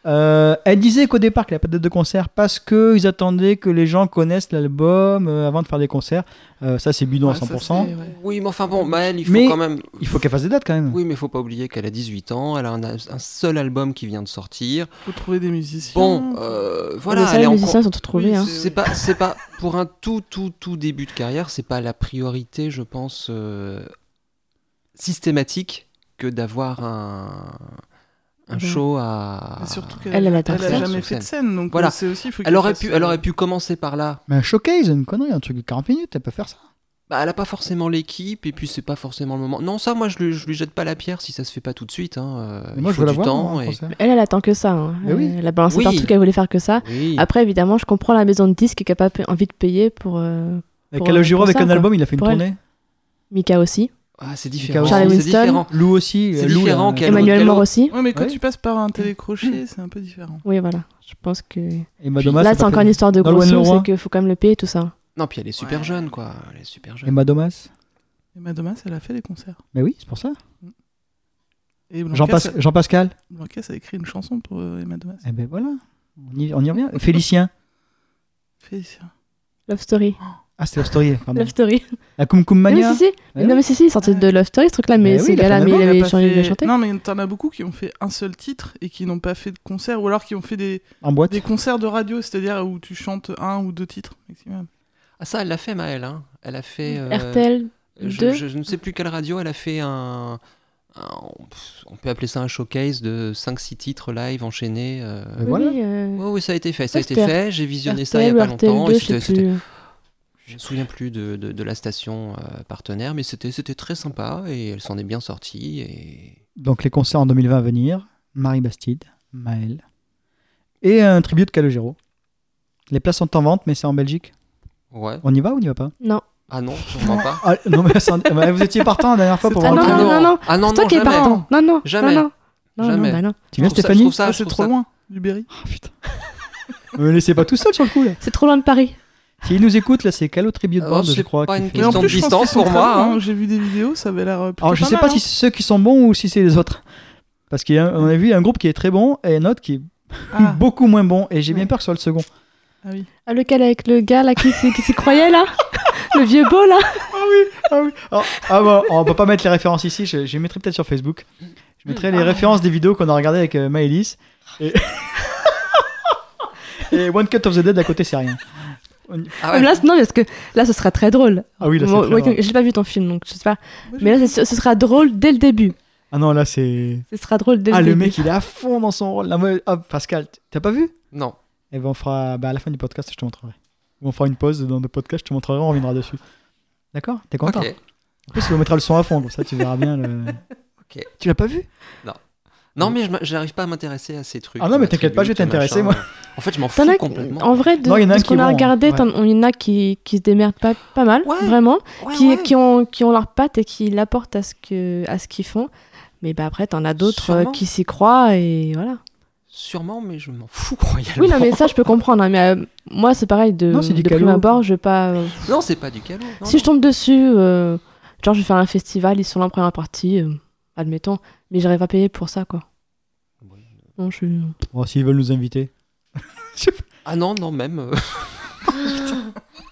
Speaker 1: Euh, elle disait qu'au départ, qu'il n'y a pas de date de concert parce qu'ils attendaient que les gens connaissent l'album euh, avant de faire des concerts. Euh, ça, c'est bidon à
Speaker 4: Ouais, ça,
Speaker 1: 100%.
Speaker 4: c'est- ouais.
Speaker 3: Oui, mais enfin bon, Maëlle, il faut
Speaker 1: Mais-
Speaker 3: quand même.
Speaker 1: Il faut qu'elle fasse des dates quand même.
Speaker 3: Oui, mais faut pas oublier qu'elle a 18 ans, elle a un, un seul album qui vient de sortir.
Speaker 4: Faut trouver des musiciens.
Speaker 3: Bon,
Speaker 1: Oh,
Speaker 3: euh,
Speaker 2: Voilà,
Speaker 3: voilà,
Speaker 2: ça,
Speaker 3: elle
Speaker 2: les
Speaker 3: est
Speaker 2: musiciens
Speaker 3: encore.
Speaker 2: sont tous trouvés.
Speaker 4: Oui,
Speaker 2: hein.
Speaker 3: C'est pas, c'est pas pour un tout, tout, tout début de carrière, c'est pas la priorité, je pense, euh, systématique que d'avoir un,
Speaker 1: Ah ben.
Speaker 3: un
Speaker 2: Ouais.
Speaker 3: show à.
Speaker 4: Mais surtout qu'elle
Speaker 2: Elle, elle adore
Speaker 4: elle a
Speaker 3: ça.
Speaker 4: jamais
Speaker 3: Sur
Speaker 4: fait
Speaker 3: scène.
Speaker 4: de scène, donc
Speaker 3: Voilà.
Speaker 4: euh, c'est aussi. Faut
Speaker 3: Elle aurait pu, elle aurait pu commencer par là.
Speaker 1: Mais un showcase, une connerie, un truc de 40 minutes, elle peut faire ça.
Speaker 3: Bah, elle a pas forcément l'équipe et puis c'est pas forcément le moment. Non, ça, moi, je lui, je lui jette pas la pierre si ça se fait pas tout de suite. Hein. euh,
Speaker 1: Mais
Speaker 3: il
Speaker 1: moi, je
Speaker 3: faut
Speaker 1: veux la
Speaker 3: du
Speaker 1: voir.
Speaker 3: temps
Speaker 1: moi, en
Speaker 3: et-
Speaker 1: concert.
Speaker 2: Elle, elle attend que ça. hein.
Speaker 1: Mais oui.
Speaker 2: Euh, Elle a balancé
Speaker 3: Oui.
Speaker 2: partout qu'elle voulait faire que ça.
Speaker 3: Oui.
Speaker 2: Après, évidemment, je comprends la maison de disques qui n'a pas pe- envie de payer pour euh,
Speaker 1: Avec
Speaker 2: pour-
Speaker 1: Calogero,
Speaker 2: pour
Speaker 1: avec
Speaker 2: ça,
Speaker 1: un
Speaker 2: quoi.
Speaker 1: album, il a fait une
Speaker 2: Pour elle.
Speaker 1: tournée.
Speaker 2: Mika aussi,
Speaker 3: Ah, c'est
Speaker 1: Chaos.
Speaker 3: différent.
Speaker 1: Charlie
Speaker 3: C'est
Speaker 2: Winston.
Speaker 3: différent.
Speaker 1: Lou aussi. euh,
Speaker 3: C'est
Speaker 1: Lou,
Speaker 3: différent
Speaker 1: là.
Speaker 3: qu'elle-
Speaker 2: Emmanuel
Speaker 3: quel
Speaker 2: Mort
Speaker 3: autre
Speaker 2: aussi.
Speaker 4: Ouais, mais quand
Speaker 1: Ouais.
Speaker 4: tu passes par un
Speaker 3: Mm.
Speaker 4: télécrochet, c'est un peu différent.
Speaker 2: Oui, voilà. Je pense que
Speaker 1: Et Madonna,
Speaker 2: là,
Speaker 1: c'est
Speaker 2: c'est
Speaker 1: pas
Speaker 2: encore
Speaker 1: fait.
Speaker 2: une histoire de
Speaker 1: Dans
Speaker 2: gros
Speaker 1: Loin
Speaker 2: sous,
Speaker 1: Leroy.
Speaker 2: c'est qu'il faut quand même le payer tout ça.
Speaker 3: Non, puis elle est super
Speaker 4: Ouais.
Speaker 3: jeune, quoi. Elle est super jeune.
Speaker 1: Emma Domas.
Speaker 4: Et Madomas, elle a fait des concerts.
Speaker 1: Mais oui, c'est pour ça.
Speaker 4: Et Blanquette,
Speaker 1: Jean Pas- Jean-Pascal.
Speaker 4: Blanquette a écrit une chanson pour euh, Emma Domas.
Speaker 1: Eh ben voilà, on y, on y revient. Félicien.
Speaker 4: Fais ça.
Speaker 2: Love Story.
Speaker 1: Ah, c'était Love Story, pardon.
Speaker 2: Love Story.
Speaker 1: La Kum Kum
Speaker 2: Non, mais
Speaker 1: Mania.
Speaker 2: si, si.
Speaker 1: Ouais,
Speaker 2: Non, mais si, si, il sortait de Love Story, ce truc-là, mais
Speaker 1: Mais oui,
Speaker 2: ce
Speaker 1: il a fait un
Speaker 2: gars-là, mais il
Speaker 1: album,
Speaker 4: Elle a
Speaker 2: avait
Speaker 4: pas
Speaker 2: changé de
Speaker 4: fait-
Speaker 2: chanter.
Speaker 4: Non, mais t'en as beaucoup qui ont fait un seul titre et qui n'ont pas fait de concert, ou alors qui ont fait des,
Speaker 1: En boîte.
Speaker 4: des concerts de radio, c'est-à-dire où tu chantes un ou deux titres maximum.
Speaker 3: Ah, ça, elle l'a fait, Maëlle. hein. Elle a fait. euh,
Speaker 2: RTL.
Speaker 3: Je,
Speaker 2: deux.
Speaker 3: je- je ne sais plus quelle radio, elle a fait un. un- pff, on peut appeler ça un showcase de 5-6 titres live enchaînés. euh.
Speaker 1: Mais voilà.
Speaker 2: Oui, euh,
Speaker 3: Oui, oui, ça a été fait. Ça a
Speaker 2: Ouais,
Speaker 3: été
Speaker 2: c'était
Speaker 3: fait. J'ai visionné ça il
Speaker 2: RTL
Speaker 3: n'y
Speaker 2: ou
Speaker 3: a pas
Speaker 2: RTL
Speaker 3: longtemps.
Speaker 2: 2,
Speaker 3: et
Speaker 2: je
Speaker 3: c'était-
Speaker 2: sais
Speaker 3: c'était-
Speaker 2: plus.
Speaker 3: je ne me souviens plus de, de- de la station euh, partenaire, mais c'était c'était très sympa et elle s'en est bien sortie. Et...
Speaker 1: Donc les concerts en 2020 à venir. Marie Bastide, Maël. Et un tribut de Calogero. Les places sont en vente, mais c'est en Belgique.
Speaker 3: Ouais.
Speaker 1: On y va ou on n'y va pas
Speaker 2: Non.
Speaker 3: Ah non, sûrement pas.
Speaker 1: ah, Non, mais c'est un- bah, vous étiez partant la dernière fois pour
Speaker 4: Ah
Speaker 2: Ah
Speaker 1: voir
Speaker 2: non,
Speaker 1: le
Speaker 2: non,
Speaker 1: tribut.
Speaker 2: non, non.
Speaker 3: Ah non,
Speaker 2: C'est toi
Speaker 3: non,
Speaker 2: qui es
Speaker 3: jamais.
Speaker 2: partant. Non, non.
Speaker 3: Jamais.
Speaker 2: Non, non. Non,
Speaker 3: Jamais.
Speaker 2: non, bah non.
Speaker 1: Tu viens,
Speaker 3: Je trouve ça-
Speaker 1: Stéphanie
Speaker 3: je trouve ça-
Speaker 4: Ah,
Speaker 3: je
Speaker 4: c'est
Speaker 3: trouve
Speaker 4: trop
Speaker 3: ça-
Speaker 4: loin du Berry.
Speaker 1: Ah, putain. Ne me laissez pas tout seul sur le coup, là.
Speaker 2: C'est trop loin de Paris.
Speaker 1: S'ils nous écoutent, là, c'est Calo Tribute
Speaker 3: Oh,
Speaker 1: Board,
Speaker 3: c'est
Speaker 1: je crois.
Speaker 3: pas
Speaker 1: qui
Speaker 3: une
Speaker 1: fait-
Speaker 4: Mais en
Speaker 3: Question
Speaker 4: plus,
Speaker 3: de
Speaker 4: je pense
Speaker 3: distance
Speaker 4: qu'ils sont
Speaker 3: pour
Speaker 4: très
Speaker 3: moi,
Speaker 4: loin,
Speaker 3: hein.
Speaker 4: J'ai vu des vidéos, ça avait l'air. euh, plutôt
Speaker 1: Alors, Ah, je sais
Speaker 4: mal,
Speaker 1: pas
Speaker 4: hein.
Speaker 1: si c'est ceux qui sont bons ou si c'est les autres. Parce qu'on a vu un groupe qui est très bon et un autre qui est
Speaker 4: Ah,
Speaker 1: beaucoup moins bon. Et j'ai bien
Speaker 4: Ouais.
Speaker 1: peur que ce soit le second.
Speaker 4: ah oui.
Speaker 2: Ah, lequel avec le gars là qui s'y qui s'y croyait là Le vieux beau là
Speaker 1: Ah oui. Alors, ah bah, on peut pas mettre les références ici, je, je les mettrai peut-être sur Facebook. Je mettrai les références des vidéos qu'on a regardées avec euh, Maëlys. Et... [laughs] et One Cut of the Dead à côté, c'est rien.
Speaker 3: Ah
Speaker 2: Ah, mais
Speaker 3: ouais.
Speaker 2: là, c'est- non, parce que là, ce sera très drôle.
Speaker 1: Ah oui, là, c'est
Speaker 2: Moi-
Speaker 1: très
Speaker 2: moi,
Speaker 1: drôle.
Speaker 2: J'ai pas vu ton film, donc je sais pas.
Speaker 4: Moi, j'ai
Speaker 2: Mais
Speaker 4: vu
Speaker 2: là, c'est- ce sera drôle dès le début.
Speaker 1: Ah non, là, c'est.
Speaker 2: Ce sera drôle dès
Speaker 1: Ah,
Speaker 2: le
Speaker 1: le
Speaker 2: début.
Speaker 1: mec, il est à fond dans son rôle. Là, moi- ah, Pascal, t- t'as pas vu
Speaker 3: Non.
Speaker 1: Et ben, on fera. bah, à la fin du podcast, je te montrerai. Ou On fera une pause dans le podcast, je te montrerai, on reviendra dessus. D'accord T'es content
Speaker 3: Ok.
Speaker 1: En plus, on mettra le son à fond, comme ça, tu verras bien le.
Speaker 3: [laughs] Ok.
Speaker 1: Tu l'as pas vu
Speaker 3: Non, mais je m'a- j'arrive pas à m'intéresser à ces trucs.
Speaker 1: Ah non, mais
Speaker 3: euh,
Speaker 1: t'inquiète pas, je vais
Speaker 3: tributes,
Speaker 1: t'intéresser,
Speaker 3: machin. En fait, je m'en fous
Speaker 2: [laughs] T'en as-
Speaker 3: complètement.
Speaker 2: En vrai, de,
Speaker 1: Non, il y en a
Speaker 2: de
Speaker 1: un
Speaker 2: ce
Speaker 1: qui
Speaker 2: qu'on
Speaker 1: est
Speaker 2: a
Speaker 1: bon, hein.
Speaker 2: regardé, t'en- il y en a qui, qui se démerdent pas, pas mal,
Speaker 3: Ouais.
Speaker 2: vraiment,
Speaker 3: Ouais,
Speaker 2: qui,
Speaker 3: ouais.
Speaker 2: qui ont, qui ont leurs pattes et qui l'apportent à ce que- à ce qu'ils font. Mais bah après, t'en as d'autres euh,
Speaker 3: Sûrement.
Speaker 2: qui s'y croient et voilà.
Speaker 3: Sûrement, mais je m'en fous royalement.
Speaker 2: Oui, non, mais ça, je peux comprendre. hein, mais euh, moi, c'est pareil, de,
Speaker 1: Non, c'est du
Speaker 2: de prime
Speaker 1: calot.
Speaker 2: abord, je vais pas. euh,
Speaker 3: [laughs] Non, c'est pas du calot. non,
Speaker 2: si
Speaker 3: non.
Speaker 2: je tombe dessus, euh, genre, je vais faire un festival, ils sont là en première partie, euh, admettons, mais j'aurais pas payé pour ça, quoi.
Speaker 3: Ouais.
Speaker 2: Non, je suis.
Speaker 1: Bon, Oh, s'ils veulent nous inviter.
Speaker 2: [laughs]
Speaker 3: Ah non, non, même. euh.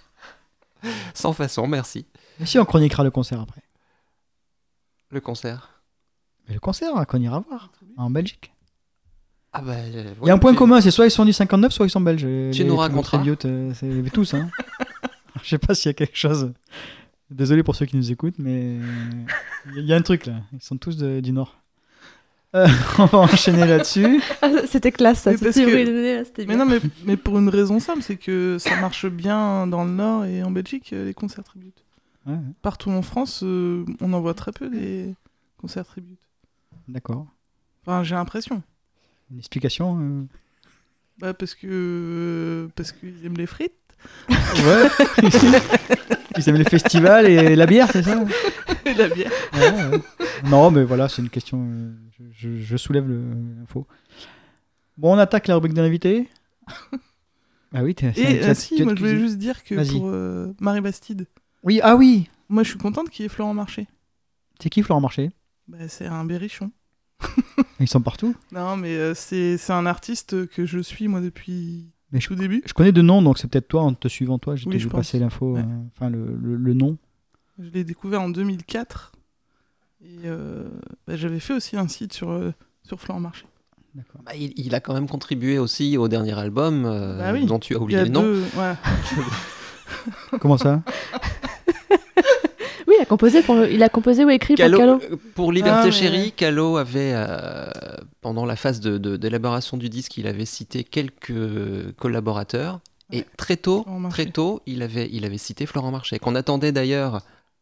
Speaker 3: [laughs] Sans façon, merci.
Speaker 1: Mais si, on chroniquera le concert après.
Speaker 3: Le concert.
Speaker 1: Mais le concert hein, qu'on ira voir en Belgique.
Speaker 3: Ah bah, euh,
Speaker 1: Il y a
Speaker 3: ouais,
Speaker 1: un point
Speaker 3: tu-
Speaker 1: commun, c'est soit ils sont du 59, soit ils sont belges. euh,
Speaker 3: Tu
Speaker 1: les
Speaker 3: nous
Speaker 1: trucs
Speaker 3: raconteras.
Speaker 1: entre idiotes, euh, c'est tous,
Speaker 3: [laughs]
Speaker 1: hein. Je sais pas s'il y a quelque chose. Désolé pour ceux qui nous écoutent, mais il y- il y a un truc là. Ils sont tous de- du Nord. Euh, [laughs] on va enchaîner là-dessus.
Speaker 2: Ah, c'était classe, ça.
Speaker 4: Mais
Speaker 2: C'était
Speaker 4: parce que-
Speaker 2: ruiné, là, c'était
Speaker 4: Mais
Speaker 2: bien.
Speaker 4: non, mais, mais pour une raison simple, c'est que ça marche bien dans le Nord et en Belgique, euh, les concerts tributes.
Speaker 1: Ouais, ouais,
Speaker 4: Partout en France, euh, on en voit très peu des concerts tributes.
Speaker 1: D'accord.
Speaker 4: Enfin, j'ai l'impression.
Speaker 1: Une explication euh,
Speaker 4: Bah, parce que. parce qu'ils aiment les frites.
Speaker 1: Ouais. [laughs] Ils aiment les festivals et la bière, c'est ça
Speaker 4: [laughs] Et la bière.
Speaker 1: Ouais, ouais. Non, mais voilà, c'est une question. euh, Je, je- je soulève le- l'info. Bon, on attaque la rubrique de l'invité. Ah oui, t'es-
Speaker 4: Et
Speaker 1: t'as-
Speaker 4: euh,
Speaker 1: t'as-
Speaker 4: si,
Speaker 1: t'as-
Speaker 4: moi je voulais
Speaker 1: t'as-
Speaker 4: juste dire que
Speaker 1: Vas-y.
Speaker 4: pour euh, Marie Bastide,
Speaker 1: Oui, ah oui
Speaker 4: moi je suis contente qu'il y ait Florent Marché.
Speaker 1: C'est qui Florent Marché
Speaker 4: Bah, c'est un berrichon.
Speaker 1: Ils sont partout.
Speaker 4: Non, mais euh, c'est c'est un artiste que je suis moi depuis
Speaker 1: Mais
Speaker 4: tout début.
Speaker 1: Je connais de nom, donc c'est peut-être toi, en te suivant toi, j'ai
Speaker 4: Oui,
Speaker 1: dû
Speaker 4: je
Speaker 1: passer
Speaker 4: pense.
Speaker 1: l'info,
Speaker 4: Ouais.
Speaker 1: euh, enfin le, le- le nom.
Speaker 4: Je l'ai découvert en 2004. Et euh, bah, j'avais fait aussi un site sur, euh, sur Florent Marché.
Speaker 1: D'accord.
Speaker 3: Bah, il, il a quand même contribué aussi au dernier album euh,
Speaker 4: Bah oui.
Speaker 3: dont tu as
Speaker 4: Il y
Speaker 3: oublié
Speaker 4: a
Speaker 3: le nom.
Speaker 4: deux. ouais.
Speaker 1: Comment
Speaker 4: [laughs]
Speaker 1: ça
Speaker 2: Oui, il a composé, pour... il a composé ou écrit
Speaker 3: Calo-
Speaker 2: pour Calo.
Speaker 3: euh, Pour Liberté
Speaker 4: Ah, mais-
Speaker 3: Chérie, Calo avait, euh, pendant la phase de- de- d'élaboration du disque, il avait cité quelques collaborateurs. Et
Speaker 4: Ouais.
Speaker 3: très tôt,
Speaker 4: Florent Marché.
Speaker 3: très tôt, il avait, il avait cité Florent Marché, qu'on attendait d'ailleurs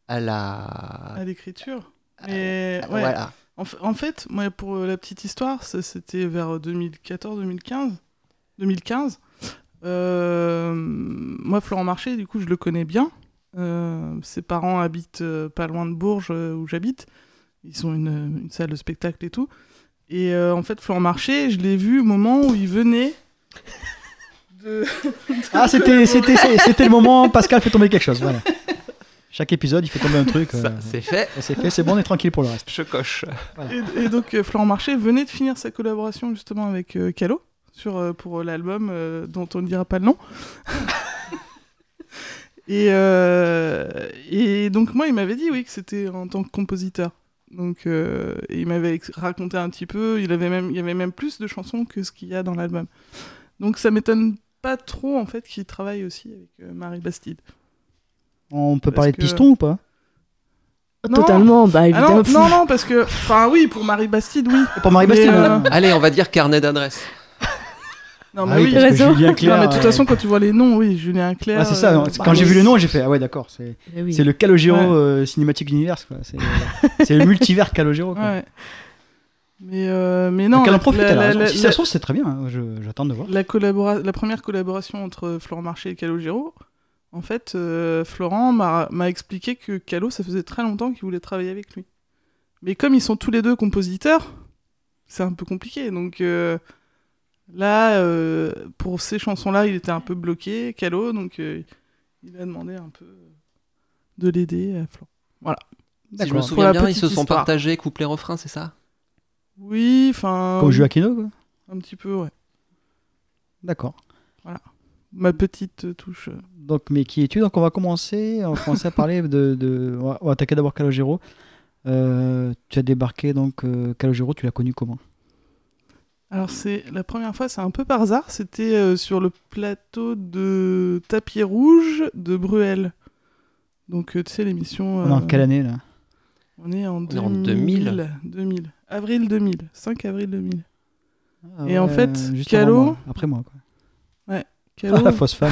Speaker 3: à la...
Speaker 4: à l'écriture. Mais Euh,
Speaker 3: Ah.
Speaker 4: ouais.
Speaker 3: Voilà.
Speaker 4: En, f- en fait, moi, pour euh, la petite histoire, ça, c'était vers 2014-2015. 2015. Euh, moi, Florent Marché, du coup, je le connais bien. Euh, ses parents habitent euh, pas loin de Bourges, euh, où j'habite. Ils ont une, euh, une salle de spectacle et tout. Et euh, en fait, Florent Marché, je l'ai vu au moment où il venait de...
Speaker 1: Ah, c'était c'était c'est- c'était le moment, Pascal fait tomber quelque chose, voilà. Chaque épisode, il fait tomber un truc. euh,
Speaker 3: Ça, c'est fait.
Speaker 1: et c'est fait, c'est bon, on est tranquille pour le reste.
Speaker 3: Je coche.
Speaker 4: Et, et donc, euh, Florent Marché venait de finir sa collaboration justement avec euh, Calo sur, euh, pour euh, l'album euh, dont on ne dira pas le nom. [laughs] et, euh, et donc, moi, il m'avait dit oui que c'était en tant que compositeur. Donc, euh, et il m'avait ex- raconté un petit peu, il, avait même, il y avait même plus de chansons que ce qu'il y a dans l'album. Donc, ça m'étonne pas trop en fait qu'il travaille aussi avec euh, Marie Bastide.
Speaker 1: On peut
Speaker 4: Parce
Speaker 1: parler de
Speaker 4: que-
Speaker 1: piston ou pas
Speaker 4: Non.
Speaker 2: Totalement, bah
Speaker 4: Ah
Speaker 2: évidemment.
Speaker 4: non, non, non, parce que. Enfin, oui, pour Marie Bastide, oui.
Speaker 1: Pour Marie
Speaker 4: Mais,
Speaker 1: Bastille
Speaker 4: euh,
Speaker 1: hein.
Speaker 3: Allez, on va dire carnet d'adresse.
Speaker 4: Non,
Speaker 1: Ah
Speaker 4: mais
Speaker 1: oui,
Speaker 4: oui,
Speaker 1: parce que
Speaker 2: raison.
Speaker 1: Julien Clerc,
Speaker 4: non, mais de toute
Speaker 1: euh,
Speaker 4: façon, quand tu vois les noms, oui, Julien Clerc.
Speaker 1: Ah, c'est ça,
Speaker 4: euh,
Speaker 1: non, c'est- quand j'ai vu le nom, j'ai fait Ah ouais, d'accord, c'est
Speaker 2: Eh oui.
Speaker 1: c'est le Calogero
Speaker 4: Ouais.
Speaker 1: euh, Cinematic Universe, quoi. C'est euh, c'est le multivers Calogero, quoi.
Speaker 4: Ouais. Mais, euh, mais non.
Speaker 1: Donc elle en
Speaker 4: la-
Speaker 1: profite,
Speaker 4: la,
Speaker 1: elle a
Speaker 4: la-
Speaker 1: raison.
Speaker 4: la-
Speaker 1: Si ça se trouve, c'est très bien, hein, je- j'attends de voir.
Speaker 4: la collabora- la première collaboration entre Florent Marché et Calogero, en fait, euh, Florent m'a m'a expliqué que Calo, ça faisait très longtemps qu'il voulait travailler avec lui. Mais comme ils sont tous les deux compositeurs, c'est un peu compliqué. Donc euh, là, euh, pour ces chansons-là, il était un peu bloqué, Calo, donc euh, il a demandé un peu de l'aider à Florent.
Speaker 3: Si je
Speaker 1: D'accord.
Speaker 3: me
Speaker 4: Pour
Speaker 3: souviens
Speaker 4: la
Speaker 3: bien, ils
Speaker 4: petite
Speaker 3: se sont
Speaker 4: histoire.
Speaker 3: partagés couplet-refrain, c'est ça
Speaker 4: Ah Oui, enfin.
Speaker 1: Comme Joaquino, quoi.
Speaker 4: Un petit peu, ouais.
Speaker 1: D'accord.
Speaker 4: Ma petite euh, touche. euh.
Speaker 1: Donc, mais qui es-tu Donc, on va commencer, on va commencer à parler de. de- On, va, on va attaquer d'abord Calogero. Euh, tu as débarqué, donc euh, Calogero, tu l'as connu comment
Speaker 4: Alors, c'est la première fois, c'est un peu par hasard. C'était euh, sur le plateau de Tapis Rouge de Bruel. Donc, euh, tu sais, l'émission.
Speaker 1: On est en
Speaker 4: euh,
Speaker 1: quelle année, là
Speaker 4: on est en
Speaker 3: On est en
Speaker 4: 2000. 2000. Avril 2000. 5 avril 2000.
Speaker 1: Ah
Speaker 4: et en fait,
Speaker 1: juste
Speaker 4: Calo-
Speaker 1: avant moi, après moi, quoi.
Speaker 4: Calo-
Speaker 1: Ah, la fausse [laughs] fan.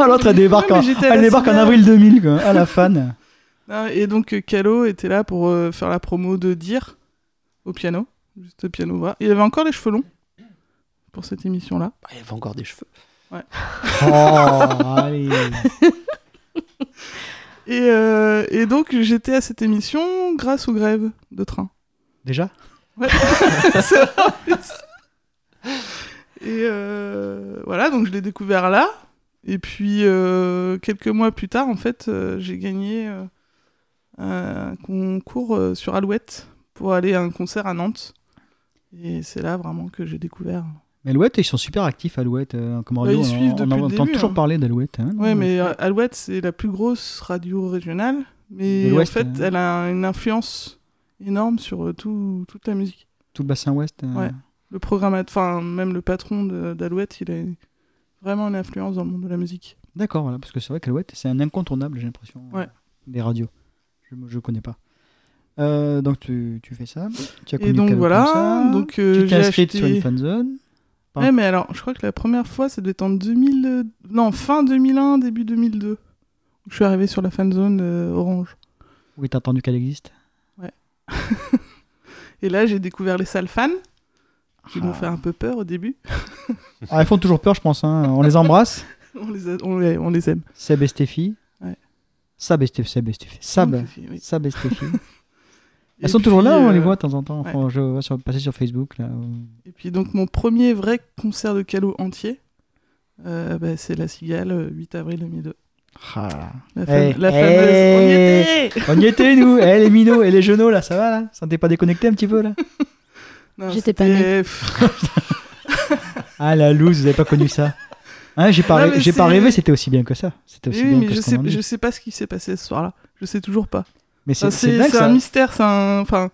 Speaker 1: ah, l'autre, elle débarque,
Speaker 4: Ouais,
Speaker 1: en,
Speaker 4: mais j'étais à
Speaker 1: elle
Speaker 4: la
Speaker 1: débarque en
Speaker 4: finale.
Speaker 1: avril 2000, quoi. Ah, la fan.
Speaker 4: Non, et donc, euh, Calo était là pour euh, faire la promo de Dire au piano. Juste piano, voix. Il avait encore les cheveux longs pour cette émission-là.
Speaker 3: Bah, Il avait encore des cheveux.
Speaker 1: [laughs] Oh, allez.
Speaker 4: Et, euh, et donc, j'étais à cette émission grâce aux grèves de train.
Speaker 1: Déjà
Speaker 4: Ouais. C'est vrai. [laughs] et euh, voilà, donc je l'ai découvert là. Et puis, euh, quelques mois plus tard, en fait, euh, j'ai gagné euh, un concours euh, sur Alouette pour aller à un concert à Nantes. Et c'est là vraiment que j'ai découvert.
Speaker 1: Mais Alouette, ils sont super actifs, Alouette. euh, comme radio,
Speaker 4: Bah, ils
Speaker 1: on-
Speaker 4: suivent
Speaker 1: on,
Speaker 4: depuis
Speaker 1: en
Speaker 4: le
Speaker 1: entend
Speaker 4: début,
Speaker 1: toujours
Speaker 4: hein.
Speaker 1: parler d'Alouette. hein.
Speaker 4: Ouais, mais euh, Alouette, c'est la plus grosse radio régionale,
Speaker 1: De
Speaker 4: mais en
Speaker 1: l'Ouest,
Speaker 4: fait,
Speaker 1: euh.
Speaker 4: elle a une influence énorme sur euh, tout, toute la musique.
Speaker 1: Tout le bassin ouest. euh,
Speaker 4: Ouais. Le programmateur, enfin, même le patron de- d'Alouette, il a vraiment une influence dans le monde de la musique.
Speaker 1: D'accord, voilà, parce que c'est vrai qu'Alouette, c'est un incontournable, j'ai l'impression, euh,
Speaker 4: Ouais.
Speaker 1: des radios. Je ne connais pas. Euh, donc tu, tu fais ça. Tu as connu
Speaker 4: Et donc
Speaker 1: Calo comme
Speaker 4: voilà,
Speaker 1: ça.
Speaker 4: donc euh,
Speaker 1: tu t'es
Speaker 4: j'ai
Speaker 1: inscrite
Speaker 4: acheté...
Speaker 1: sur une fanzone.
Speaker 4: Ouais, mais alors, je crois que la première fois, ça devait être en 2000... euh, Non, fin 2001, début 2002. Je suis arrivé sur la fanzone euh, orange.
Speaker 1: Oui, t'as entendu qu'elle existe.
Speaker 4: Et là, j'ai découvert les sales fans, qui m'ont
Speaker 1: Ah.
Speaker 4: fait un peu peur au début. [laughs]
Speaker 1: Ah, elles font toujours peur, je pense. hein. On les embrasse.
Speaker 4: on, les a- on, les... on les aime.
Speaker 1: Seb et Stéphie.
Speaker 4: Ouais.
Speaker 1: Sab et Stéphie. Sab et Stéphie. Sab.
Speaker 4: Oui.
Speaker 1: Sab et Stéphie.
Speaker 4: Et
Speaker 1: Elles sont toujours
Speaker 4: puis,
Speaker 1: là, hein, on les
Speaker 4: euh,
Speaker 1: voit de temps en temps.
Speaker 4: ouais.
Speaker 1: Enfin, je vois sur, passer sur Facebook. Là.
Speaker 4: Et puis donc mon premier vrai concert de Calo entier, euh, bah, c'est La Cigale, euh, 8 avril 2002.
Speaker 1: Ah là là.
Speaker 4: La,
Speaker 1: Eh,
Speaker 4: fame- la
Speaker 1: eh.
Speaker 4: fameuse...
Speaker 1: On
Speaker 4: On y était
Speaker 1: y était, nous. Eh, les minots et les genoux, là, ça va, là Ça t'es pas déconnecté un petit peu, là
Speaker 4: Non,
Speaker 2: J'étais pas
Speaker 4: c'était- Pff,
Speaker 1: Ah, la loose, vous avez pas connu ça Hein, j'ai pas,
Speaker 4: Non,
Speaker 1: ré-
Speaker 4: mais
Speaker 1: j'ai pas
Speaker 4: c'est-
Speaker 1: rêvé, c'était aussi bien que ça. C'était aussi
Speaker 4: Oui,
Speaker 1: bien
Speaker 4: mais
Speaker 1: que
Speaker 4: je
Speaker 1: ce
Speaker 4: sais,
Speaker 1: qu'on en dit.
Speaker 4: je sais pas ce qui s'est passé ce soir-là. Je sais toujours pas.
Speaker 1: Mais
Speaker 4: Enfin,
Speaker 1: c'est c'est
Speaker 4: C'est
Speaker 1: dingue,
Speaker 4: c'est
Speaker 1: ça.
Speaker 4: un mystère, c'est un... Enfin,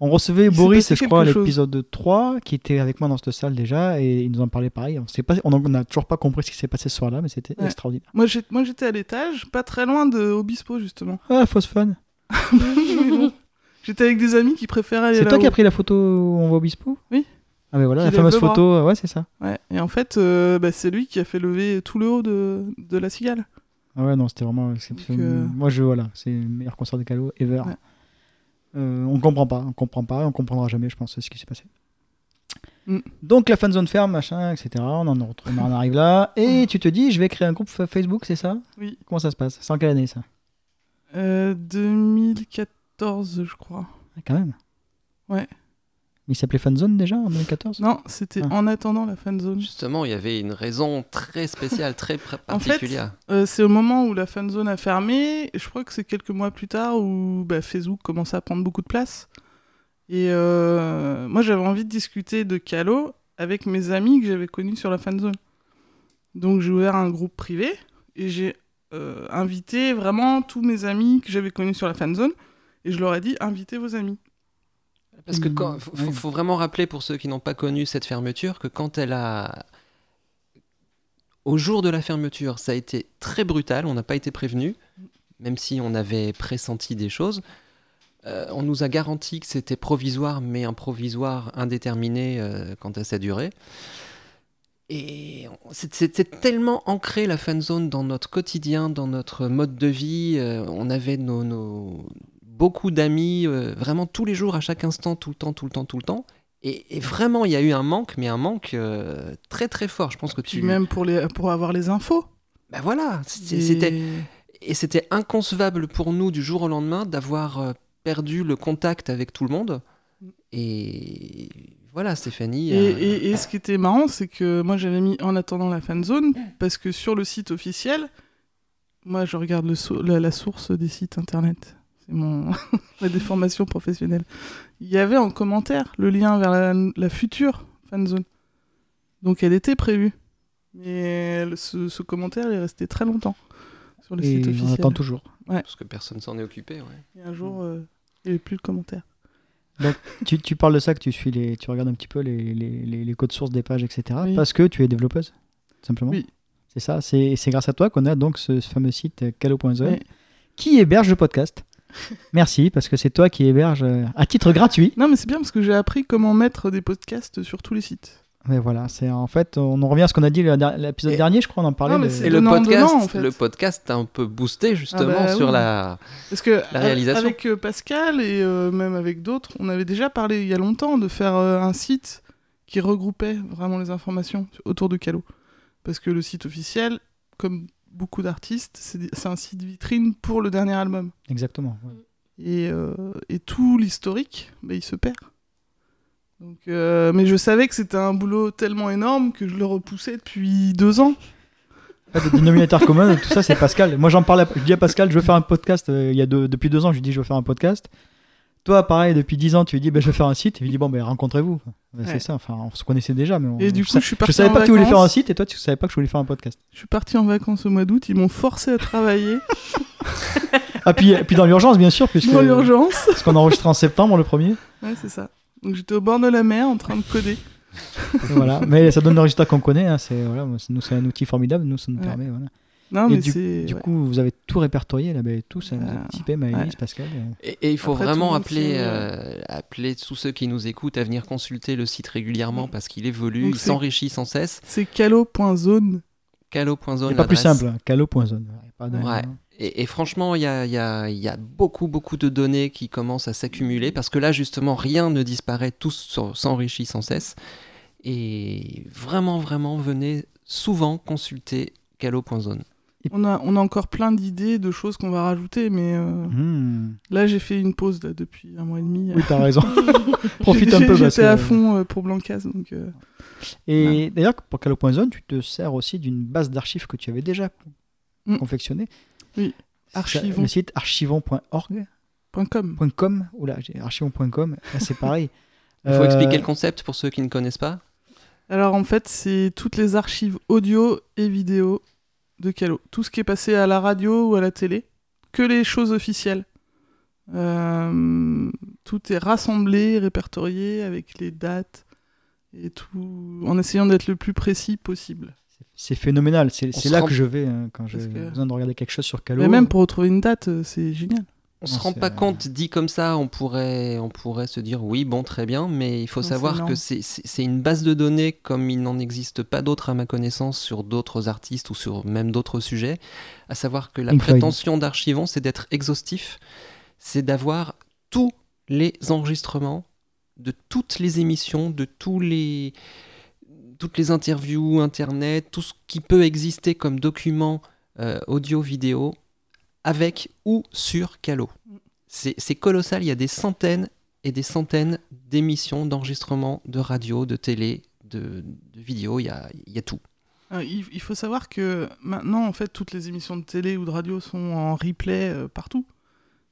Speaker 1: On recevait
Speaker 4: s'est
Speaker 1: Boris,
Speaker 4: passé
Speaker 1: je crois, à
Speaker 4: quelque chose.
Speaker 1: l'épisode 3, qui était avec moi dans cette salle déjà, et il nous en parlait pareil. On sait pas, on en- on a toujours pas compris ce qui s'est passé ce soir-là, mais c'était
Speaker 4: Ouais.
Speaker 1: extraordinaire.
Speaker 4: moi j'ai- moi, j'étais à l'étage, pas très loin de
Speaker 1: [laughs]
Speaker 4: Obispo justement.
Speaker 1: Ah, fausse fan.
Speaker 4: Mais bon, j'étais avec des amis qui préféraient aller
Speaker 1: C'est toi
Speaker 4: là-haut.
Speaker 1: qui as pris la photo où on voit Obispo
Speaker 4: Ah, Oui.
Speaker 1: Ah, mais voilà,
Speaker 4: Qui
Speaker 1: la
Speaker 4: lève
Speaker 1: fameuse
Speaker 4: le bras.
Speaker 1: photo, euh, ouais, c'est ça.
Speaker 4: Ouais. Et en fait, euh, bah, c'est lui qui a fait lever tout le haut de, de La Cigale.
Speaker 1: Ah ouais, non, c'était vraiment exceptionnel.
Speaker 4: Donc, euh,
Speaker 1: Moi, je, voilà, c'est le meilleur concert de Calo ever.
Speaker 4: Ouais.
Speaker 1: Euh, on comprend pas, on comprend pas, on comprendra jamais, je pense, ce qui s'est passé.
Speaker 4: Mm.
Speaker 1: Donc, la fanzone ferme, machin, etc. On en, retrouve- on en arrive là. Et tu te dis, je vais créer un groupe fa- Facebook, c'est ça
Speaker 4: Oui.
Speaker 1: Comment ça se passe C'est en quelle année, ça
Speaker 4: Euh, 2014 je crois.
Speaker 1: Ah, Quand même.
Speaker 4: Ouais.
Speaker 1: Il s'appelait Fanzone déjà en 2014
Speaker 4: Non, c'était
Speaker 1: Ah.
Speaker 4: en attendant la fanzone.
Speaker 3: Justement, il y avait une raison très spéciale, très pr-
Speaker 4: En fait,
Speaker 3: particulière.
Speaker 4: Euh, c'est au moment où la fanzone a fermé. et Je crois que c'est quelques mois plus tard où bah, Facebook commençait à prendre beaucoup de place. Et euh, moi, j'avais envie de discuter de Calo avec mes amis que j'avais connus sur la fanzone. Donc, j'ai ouvert un groupe privé et j'ai euh, invité vraiment tous mes amis que j'avais connus sur la fanzone. Et je leur ai dit, invitez vos amis.
Speaker 3: Parce que
Speaker 1: Mm,
Speaker 3: quand, faut,
Speaker 1: oui.
Speaker 3: faut- faut vraiment rappeler pour ceux qui n'ont pas connu cette fermeture que quand elle a au jour de la fermeture, ça a été très brutal. On n'a pas été prévenu, même si on avait pressenti des choses. Euh, on nous a garanti que c'était provisoire, mais un provisoire indéterminé euh, quant à sa durée. Et on- c'est- c'est c'est tellement ancré la fan zone dans notre quotidien, dans notre mode de vie. euh, on avait nos, nos- beaucoup d'amis, euh, vraiment tous les jours, à chaque instant, tout le temps, tout le temps, tout le temps. Et, et vraiment, il y a eu un manque, mais un manque euh, très très fort. Je pense que
Speaker 4: Puis
Speaker 3: tu
Speaker 4: même pour, les, pour avoir les infos.
Speaker 3: bah voilà, c'est-
Speaker 4: Et-
Speaker 3: c'était et c'était inconcevable pour nous du jour au lendemain d'avoir euh, perdu le contact avec tout le monde. Et voilà, Stéphanie.
Speaker 4: Mm. Et,
Speaker 3: euh,
Speaker 4: et- et ce qui était marrant, c'est que moi j'avais mis en attendant la fanzone, parce que sur le site officiel, moi je regarde le sou- la, la source des sites internet. C'est mon [laughs] ma déformation professionnelle. Il y avait en commentaire le lien vers la, la future fanzone. Donc elle était prévue. Mais le- ce, ce commentaire il est resté très longtemps sur le
Speaker 1: Et
Speaker 4: site
Speaker 1: on
Speaker 4: officiel.
Speaker 1: attend toujours.
Speaker 3: Parce que personne s'en est occupé. ouais.
Speaker 4: Et un jour, euh, il n'y avait plus le commentaire.
Speaker 1: Tu, tu parles de ça, que tu, suis les, tu regardes un petit peu les, les- les- les codes sources des pages, etc.
Speaker 4: Oui.
Speaker 1: Parce que tu es développeuse, tout simplement.
Speaker 4: Oui.
Speaker 1: C'est ça, c'est et c'est grâce à toi qu'on a donc ce, ce fameux site euh, calo.zone
Speaker 4: Ouais.
Speaker 1: qui héberge le
Speaker 4: [laughs]
Speaker 1: podcast. Merci, parce que c'est toi qui héberge euh, à titre gratuit.
Speaker 4: Non mais c'est bien parce que j'ai appris comment mettre des podcasts sur tous les sites.
Speaker 1: Mais voilà, c'est en fait, on en revient à ce qu'on a dit la der- l'épisode
Speaker 3: Et-
Speaker 1: dernier, je crois, on en parlait.
Speaker 4: Non, mais
Speaker 1: de-
Speaker 4: c'est
Speaker 3: Et le
Speaker 4: donnant,
Speaker 3: podcast,
Speaker 4: donnant, en fait.
Speaker 3: le podcast a un peu boosté justement
Speaker 4: Ah bah
Speaker 3: sur
Speaker 4: oui.
Speaker 3: la.
Speaker 4: Parce que
Speaker 3: La réalisation.
Speaker 4: avec euh, Pascal et euh, même avec d'autres, on avait déjà parlé il y a longtemps de faire euh, un site qui regroupait vraiment les informations autour de Calo. Parce que le site officiel, comme beaucoup d'artistes, c'est c'est un site vitrine pour le dernier album.
Speaker 1: Exactement. ouais.
Speaker 4: Et, euh, et tout l'historique, bah, il se perd. Donc, euh, mais je savais que c'était un boulot tellement énorme que je le repoussais depuis deux ans.
Speaker 1: En fait, le dénominateur commun de tout ça, c'est Pascal. Moi, j'en parlais. Je dis à Pascal, je veux faire un podcast. euh, il y a deux- depuis deux ans, je lui dis, je veux faire un podcast. Toi, pareil, depuis 10 ans, tu lui dis, ben, je vais faire un site. Il lui dit, bon, ben, rencontrez-vous. Ben,
Speaker 4: Ouais.
Speaker 1: C'est ça, enfin, on se connaissait déjà, mais on-
Speaker 4: Et du
Speaker 1: je
Speaker 4: coup,
Speaker 1: sa-
Speaker 4: je suis
Speaker 1: je
Speaker 4: parti
Speaker 1: savais
Speaker 4: en
Speaker 1: pas que tu voulais faire un
Speaker 4: vacances.
Speaker 1: site et toi, tu savais pas que je voulais faire un podcast.
Speaker 4: Je suis parti en vacances au mois d'août, ils m'ont forcé
Speaker 1: [laughs]
Speaker 4: à travailler
Speaker 1: Ah, puis, puis dans l'urgence, bien sûr, puisque.
Speaker 4: dans l'urgence.
Speaker 1: Parce qu'on enregistre en septembre le
Speaker 4: [laughs]
Speaker 1: premier.
Speaker 4: Ouais, c'est ça. Donc j'étais au bord de la mer en train de coder.
Speaker 1: Et voilà. Mais ça donne le résultat qu'on connaît. hein, C'est voilà, moi, c'est- nous c'est un outil formidable. Nous ça nous
Speaker 4: Ouais.
Speaker 1: permet. Voilà.
Speaker 4: Non,
Speaker 1: Et
Speaker 4: mais c'est.
Speaker 1: Du
Speaker 4: ouais.
Speaker 1: coup, vous avez tout répertorié là, ben, tous, hein,
Speaker 4: Euh,
Speaker 1: Tipé, Maëlys,
Speaker 4: ouais.
Speaker 1: Pascal. euh.
Speaker 3: Et, et il faut
Speaker 4: Après, tout
Speaker 3: vraiment
Speaker 4: le monde
Speaker 3: appeler,
Speaker 4: sait,
Speaker 3: euh, appeler tous ceux qui nous écoutent à venir consulter le site régulièrement parce qu'il évolue,
Speaker 4: Donc
Speaker 3: il
Speaker 4: c'est-
Speaker 3: s'enrichit sans cesse.
Speaker 4: C'est calo.zone.
Speaker 1: Il
Speaker 3: Calo.zone.
Speaker 1: y a pas plus
Speaker 3: l'adresse.
Speaker 1: simple. hein, Calo.zone. Il y a pas de- hein.
Speaker 3: Ouais. Et, et franchement, il y a, il y a- il y a beaucoup, beaucoup de données qui commencent à s'accumuler parce que là, justement, rien ne disparaît, tout s'en- s'enrichit sans cesse. Et vraiment, vraiment, venez souvent consulter calo.zone.
Speaker 4: On a, on a encore plein d'idées, de choses qu'on va rajouter, mais euh,
Speaker 1: Hmm.
Speaker 4: là j'ai fait une pause là, depuis un mois et demi.
Speaker 1: Oui, t'as
Speaker 4: [laughs]
Speaker 1: raison. Profite
Speaker 4: J'ai-
Speaker 1: un peu. parce
Speaker 4: J'étais
Speaker 1: que-
Speaker 4: à fond euh, pour Blancas, donc euh,
Speaker 3: Ah.
Speaker 1: Et d'ailleurs, pour Calo.zone, tu te sers aussi d'une base d'archives que tu avais déjà
Speaker 4: Mm.
Speaker 1: confectionnée.
Speaker 4: Oui.
Speaker 1: C'est
Speaker 4: Archivons.
Speaker 1: Le site archivon.org.
Speaker 4: point .com.
Speaker 1: point .com. Oula, j'ai archivon.com. Là, Ah, c'est pareil.
Speaker 3: [laughs] Il faut
Speaker 1: Euh,
Speaker 3: expliquer le concept pour ceux qui ne connaissent pas.
Speaker 4: Alors en fait, c'est toutes les archives audio et vidéo de Calo. Tout ce qui est passé à la radio ou à la télé, que les choses officielles. Euh, tout est rassemblé, répertorié avec les dates et tout, en essayant d'être le plus précis possible.
Speaker 1: C'est phénoménal. C'est
Speaker 3: On
Speaker 1: c'est
Speaker 3: se
Speaker 1: là
Speaker 3: rend-
Speaker 1: que je vais hein, quand j'ai
Speaker 4: Parce que-
Speaker 1: besoin de regarder quelque chose sur Calo.
Speaker 4: Mais même pour retrouver une date, euh, c'est génial.
Speaker 1: Non,
Speaker 3: On se rend
Speaker 1: c'est,
Speaker 3: pas
Speaker 1: euh,
Speaker 3: compte, dit comme ça, on pourrait, on pourrait se dire oui, bon, très bien, mais il faut
Speaker 4: Non, c'est
Speaker 3: savoir
Speaker 4: énorme.
Speaker 3: que c'est- c'est c'est une base de données comme il n'en existe pas d'autres à ma connaissance sur d'autres artistes ou sur même d'autres sujets. À savoir que la
Speaker 1: Pink Floyd.
Speaker 3: prétention d'archivant, c'est d'être exhaustif, c'est d'avoir tous les enregistrements de toutes les émissions, de tous les toutes les interviews, internet, tout ce qui peut exister comme document euh, audio-vidéo avec ou sur Calo. C'est c'est colossal, il y a des centaines et des centaines d'émissions, d'enregistrements, de radio, de télé, de, de vidéos, il y a, il y a tout.
Speaker 4: Euh, Il il faut savoir que maintenant, en fait, toutes les émissions de télé ou de radio sont en replay euh, partout.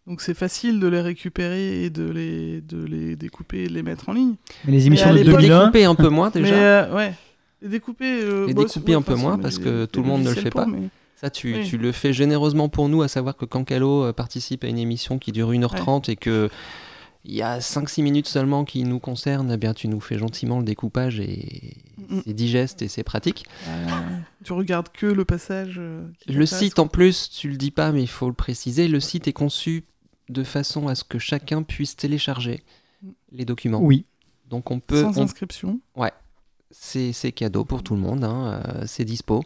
Speaker 4: Donc c'est facile de les récupérer et de les, de les découper et de les mettre en ligne.
Speaker 1: Mais les
Speaker 4: Mais
Speaker 1: émissions
Speaker 4: à
Speaker 1: de
Speaker 3: les
Speaker 1: 2001.
Speaker 3: découper un peu moins
Speaker 4: [laughs] Mais
Speaker 3: déjà,
Speaker 4: euh, ouais, les découper. euh,
Speaker 3: Les
Speaker 4: bon,
Speaker 3: découper
Speaker 4: c'est-
Speaker 3: un
Speaker 4: de
Speaker 3: peu
Speaker 4: toute
Speaker 3: moins,
Speaker 4: façon,
Speaker 3: parce
Speaker 4: les-
Speaker 3: que
Speaker 4: les
Speaker 3: tout le monde ne le
Speaker 4: logiciels
Speaker 3: fait
Speaker 4: pour,
Speaker 3: pas.
Speaker 4: mais-
Speaker 3: ça tu,
Speaker 4: oui.
Speaker 3: tu le fais généreusement pour nous, à savoir que quand Calo euh, participe à une émission qui dure 1h30 et que il y a 5-6 minutes seulement qui nous concernent, eh bien tu nous fais gentiment le découpage et
Speaker 4: Mhm.
Speaker 3: c'est digeste et c'est pratique.
Speaker 4: Euh, tu regardes que le passage. euh, qui
Speaker 3: Le
Speaker 4: t'intéresse.
Speaker 3: site, en plus, tu le dis pas, mais il faut le préciser, le site est conçu de façon à ce que chacun puisse télécharger les documents.
Speaker 1: Oui.
Speaker 3: Donc on peut,
Speaker 4: Mm. Sans
Speaker 3: on-
Speaker 4: inscription.
Speaker 3: c'est c'est cadeau pour tout le monde, hein, euh, c'est dispo.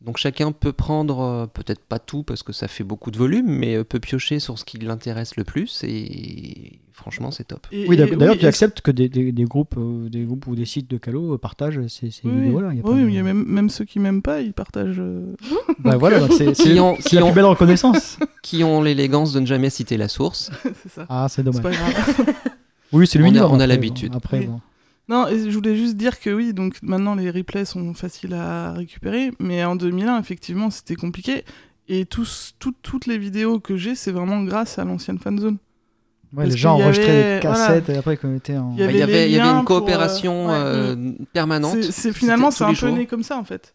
Speaker 3: Donc chacun peut prendre, euh, peut-être pas tout parce que ça fait beaucoup de volume, mais euh, peut piocher sur ce qui l'intéresse le plus et franchement c'est top.
Speaker 4: Et-
Speaker 1: Oui,
Speaker 4: et-
Speaker 1: d'ac- d'ailleurs,
Speaker 4: oui,
Speaker 1: tu
Speaker 4: et-
Speaker 1: acceptes que des, des- des groupes, euh, des groupes ou des sites de Calo euh, partagent ces, ces
Speaker 4: Oui, oui.
Speaker 1: vidéos-là. y a pas
Speaker 4: Oui,
Speaker 1: de-
Speaker 4: mais il y a même, même ceux qui m'aiment pas, ils partagent. euh, [laughs]
Speaker 1: Bah voilà, donc
Speaker 3: [laughs]
Speaker 1: c'est c'est-
Speaker 3: Qui ont,
Speaker 1: c'est
Speaker 3: qui
Speaker 1: la plus
Speaker 3: ont,
Speaker 1: belle reconnaissance.
Speaker 3: qui ont l'élégance de ne jamais citer la source.
Speaker 4: c'est ça.
Speaker 1: Ah, c'est
Speaker 4: C'est
Speaker 1: dommage.
Speaker 4: pas grave. [laughs]
Speaker 1: Oui, c'est
Speaker 3: On
Speaker 1: lui. hein,
Speaker 3: a- on a l'habitude.
Speaker 1: Après,
Speaker 4: Oui.
Speaker 1: bon.
Speaker 4: Non, et je voulais juste dire que oui, donc maintenant les replays sont faciles à récupérer, mais en 2001, effectivement, c'était compliqué. Et tous, tout- toutes les vidéos que j'ai, c'est vraiment grâce à l'ancienne fanzone.
Speaker 1: Ouais,
Speaker 4: Parce
Speaker 1: les gens
Speaker 4: qu'il y
Speaker 1: enregistraient
Speaker 4: avait-
Speaker 1: des cassettes et après qu'on était en.
Speaker 4: Il y
Speaker 3: Bah, Il y
Speaker 4: avait les
Speaker 3: avait, il y avait
Speaker 4: liens
Speaker 3: une
Speaker 4: pour, euh,
Speaker 3: coopération
Speaker 4: ouais, Mm.
Speaker 3: euh, permanente.
Speaker 4: C'est- C'est finalement,
Speaker 3: C'était tous
Speaker 4: c'est un
Speaker 3: les
Speaker 4: peu
Speaker 3: jours.
Speaker 4: né comme ça, en fait.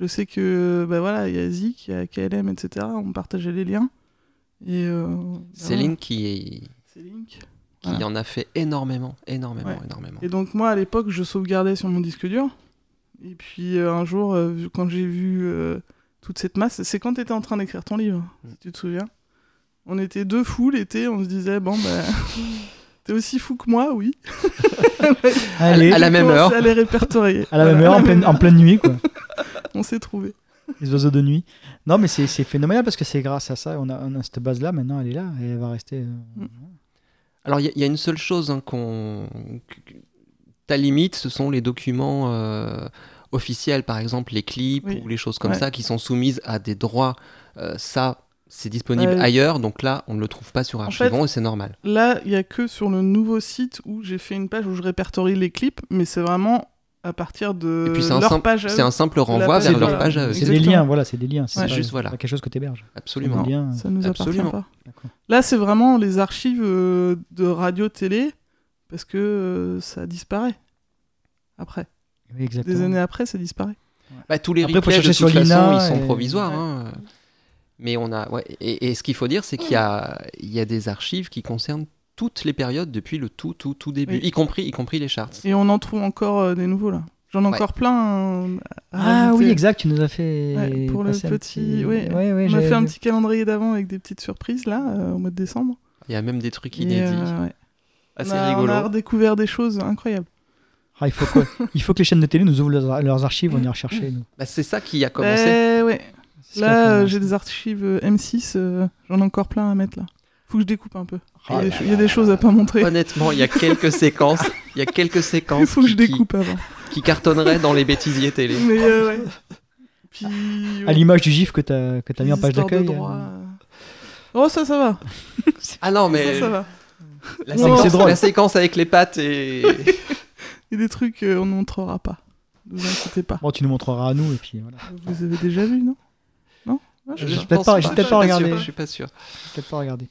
Speaker 4: Je sais que, bah voilà, il y a Zik, il y a KLM, etc. On partageait les liens. Et. euh, bah
Speaker 3: Céline qui est,
Speaker 4: voilà, c'est Link.
Speaker 3: qui
Speaker 4: Voilà.
Speaker 3: en a fait énormément, énormément,
Speaker 4: Ouais.
Speaker 3: énormément.
Speaker 4: Et donc moi à l'époque je sauvegardais sur mon disque dur. Et puis euh, un jour euh, vu- quand j'ai vu euh, toute cette masse, c'est quand t'étais en train d'écrire ton livre,
Speaker 3: Mm.
Speaker 4: si tu te souviens. On était deux fous l'été, on se disait bon bah [laughs] t'es aussi fou que moi, oui.
Speaker 1: Allez,
Speaker 3: À la
Speaker 4: On
Speaker 3: même heure.
Speaker 4: commençait À les répertorier.
Speaker 1: à la
Speaker 4: Voilà,
Speaker 1: même heure, en
Speaker 4: à la
Speaker 1: pleine, en pleine nuit,
Speaker 4: [laughs]
Speaker 1: quoi.
Speaker 4: heure. On s'est trouvé.
Speaker 1: Les oiseaux de nuit. Non, mais c'est c'est phénoménal parce que c'est grâce à ça. On a, on a cette base-là, maintenant elle est là et elle va rester. euh,
Speaker 3: Alors, il y, a- il y a une seule chose hein, qu'on. que- que- Ta limite, ce sont les documents euh, officiels, par exemple les clips
Speaker 4: Oui.
Speaker 3: ou les choses comme
Speaker 4: Ouais.
Speaker 3: ça, qui sont soumises à des droits. Euh, ça, c'est disponible
Speaker 4: Ouais.
Speaker 3: ailleurs, donc là, on ne le trouve pas sur
Speaker 4: En
Speaker 3: Archivon et c'est normal.
Speaker 4: Là, il y a que sur le nouveau site où j'ai fait une page où je répertorie les clips, mais c'est vraiment à partir de
Speaker 3: Et puis c'est un,
Speaker 4: leur
Speaker 3: simple-
Speaker 4: page. à
Speaker 3: c'est
Speaker 4: eux.
Speaker 3: un simple renvoi
Speaker 4: page
Speaker 3: vers
Speaker 1: à
Speaker 3: leur
Speaker 1: eux.
Speaker 3: page à eux.
Speaker 1: C'est des
Speaker 4: Exactement.
Speaker 1: liens, voilà, c'est des liens. C'est
Speaker 4: Ouais,
Speaker 1: pas-
Speaker 3: juste
Speaker 1: c'est
Speaker 3: voilà.
Speaker 1: pas quelque chose que t'héberges. C'est des
Speaker 3: Absolument.
Speaker 1: liens.
Speaker 4: Ça nous appartient
Speaker 3: Absolument.
Speaker 4: pas.
Speaker 1: D'accord.
Speaker 4: Là, c'est vraiment les archives euh, de radio-télé parce que euh, ça disparaît. Après,
Speaker 1: Oui, Exactement.
Speaker 4: des années après, ça disparaît.
Speaker 3: Bah, tous les
Speaker 1: Après, faut
Speaker 3: replays, de
Speaker 1: chercher
Speaker 3: toute
Speaker 1: sur
Speaker 3: façon,
Speaker 1: l'INA
Speaker 3: ils sont
Speaker 1: et-
Speaker 3: provisoires. hein. Mais on a, ouais, et, et ce qu'il faut dire, c'est qu'il y a, il y a des archives qui concernent toutes les périodes depuis le tout, tout, tout début,
Speaker 4: Oui.
Speaker 3: y compris, y compris les charts.
Speaker 4: Et on en trouve encore euh, des nouveaux là. J'en ai
Speaker 3: Ouais.
Speaker 4: encore plein. euh, à
Speaker 1: Ah
Speaker 4: rajouter.
Speaker 1: oui, exact, tu nous as fait.
Speaker 4: Ouais, pour le
Speaker 1: passer un
Speaker 4: petit- oui,
Speaker 1: Ouais, ouais,
Speaker 4: On a
Speaker 1: j'ai-
Speaker 4: fait un petit calendrier d'avant avec des petites surprises là euh, au mois de décembre.
Speaker 3: Il y a même des trucs
Speaker 4: Et,
Speaker 3: inédits,
Speaker 4: euh, ouais.
Speaker 3: assez
Speaker 4: on, a, on
Speaker 3: rigolos.
Speaker 4: a redécouvert des choses incroyables.
Speaker 1: Ah, il, faut
Speaker 4: [laughs]
Speaker 1: que, il faut que les chaînes de télé nous ouvrent leurs, leurs archives, on ira rechercher. Nous.
Speaker 3: Bah, c'est ça qui a commencé.
Speaker 4: Eh ouais.
Speaker 1: C'est ça qu'on
Speaker 4: Là, euh,
Speaker 1: a-
Speaker 4: j'ai des archives euh, M6, euh, j'en ai encore plein à mettre là. Faut que je découpe un peu. Il y
Speaker 3: Ah
Speaker 4: a des,
Speaker 3: là
Speaker 4: cho- il y a des choses à pas [laughs] montrer.
Speaker 3: Honnêtement, il y a quelques séquences, il y a quelques
Speaker 4: Il
Speaker 3: séquences
Speaker 4: faut que je
Speaker 3: qui,
Speaker 4: découpe avant.
Speaker 3: qui- qui cartonneraient dans les bêtisiers
Speaker 4: [laughs]
Speaker 3: télé.
Speaker 4: Mais
Speaker 3: [laughs]
Speaker 4: euh, ouais. Puis. ouais,
Speaker 1: À l'image du gif que t'as que t'as
Speaker 4: les
Speaker 1: mis en page
Speaker 4: histoires de
Speaker 1: d'accueil.
Speaker 4: droit,
Speaker 1: euh,
Speaker 4: euh. Oh, ça, ça va.
Speaker 3: Ah non,
Speaker 4: Ça,
Speaker 3: mais
Speaker 4: ça va.
Speaker 3: la,
Speaker 1: Non,
Speaker 3: séquence,
Speaker 1: c'est drôle.
Speaker 3: la séquence avec les pattes et
Speaker 4: Il y a des trucs euh, on ne montrera pas. Ne vous inquiétez pas.
Speaker 1: Bon, tu nous montreras à nous et puis voilà.
Speaker 4: Vous avez déjà vu, non Non Non, je
Speaker 1: Je-
Speaker 4: sais pas. Eh,
Speaker 1: peut-être
Speaker 3: pense
Speaker 1: pas- j'ai
Speaker 3: je
Speaker 1: peut-être
Speaker 3: suis
Speaker 1: pas
Speaker 3: sûr,
Speaker 1: regardé.
Speaker 3: Je suis pas sûr.
Speaker 1: Peut-être pas regarder.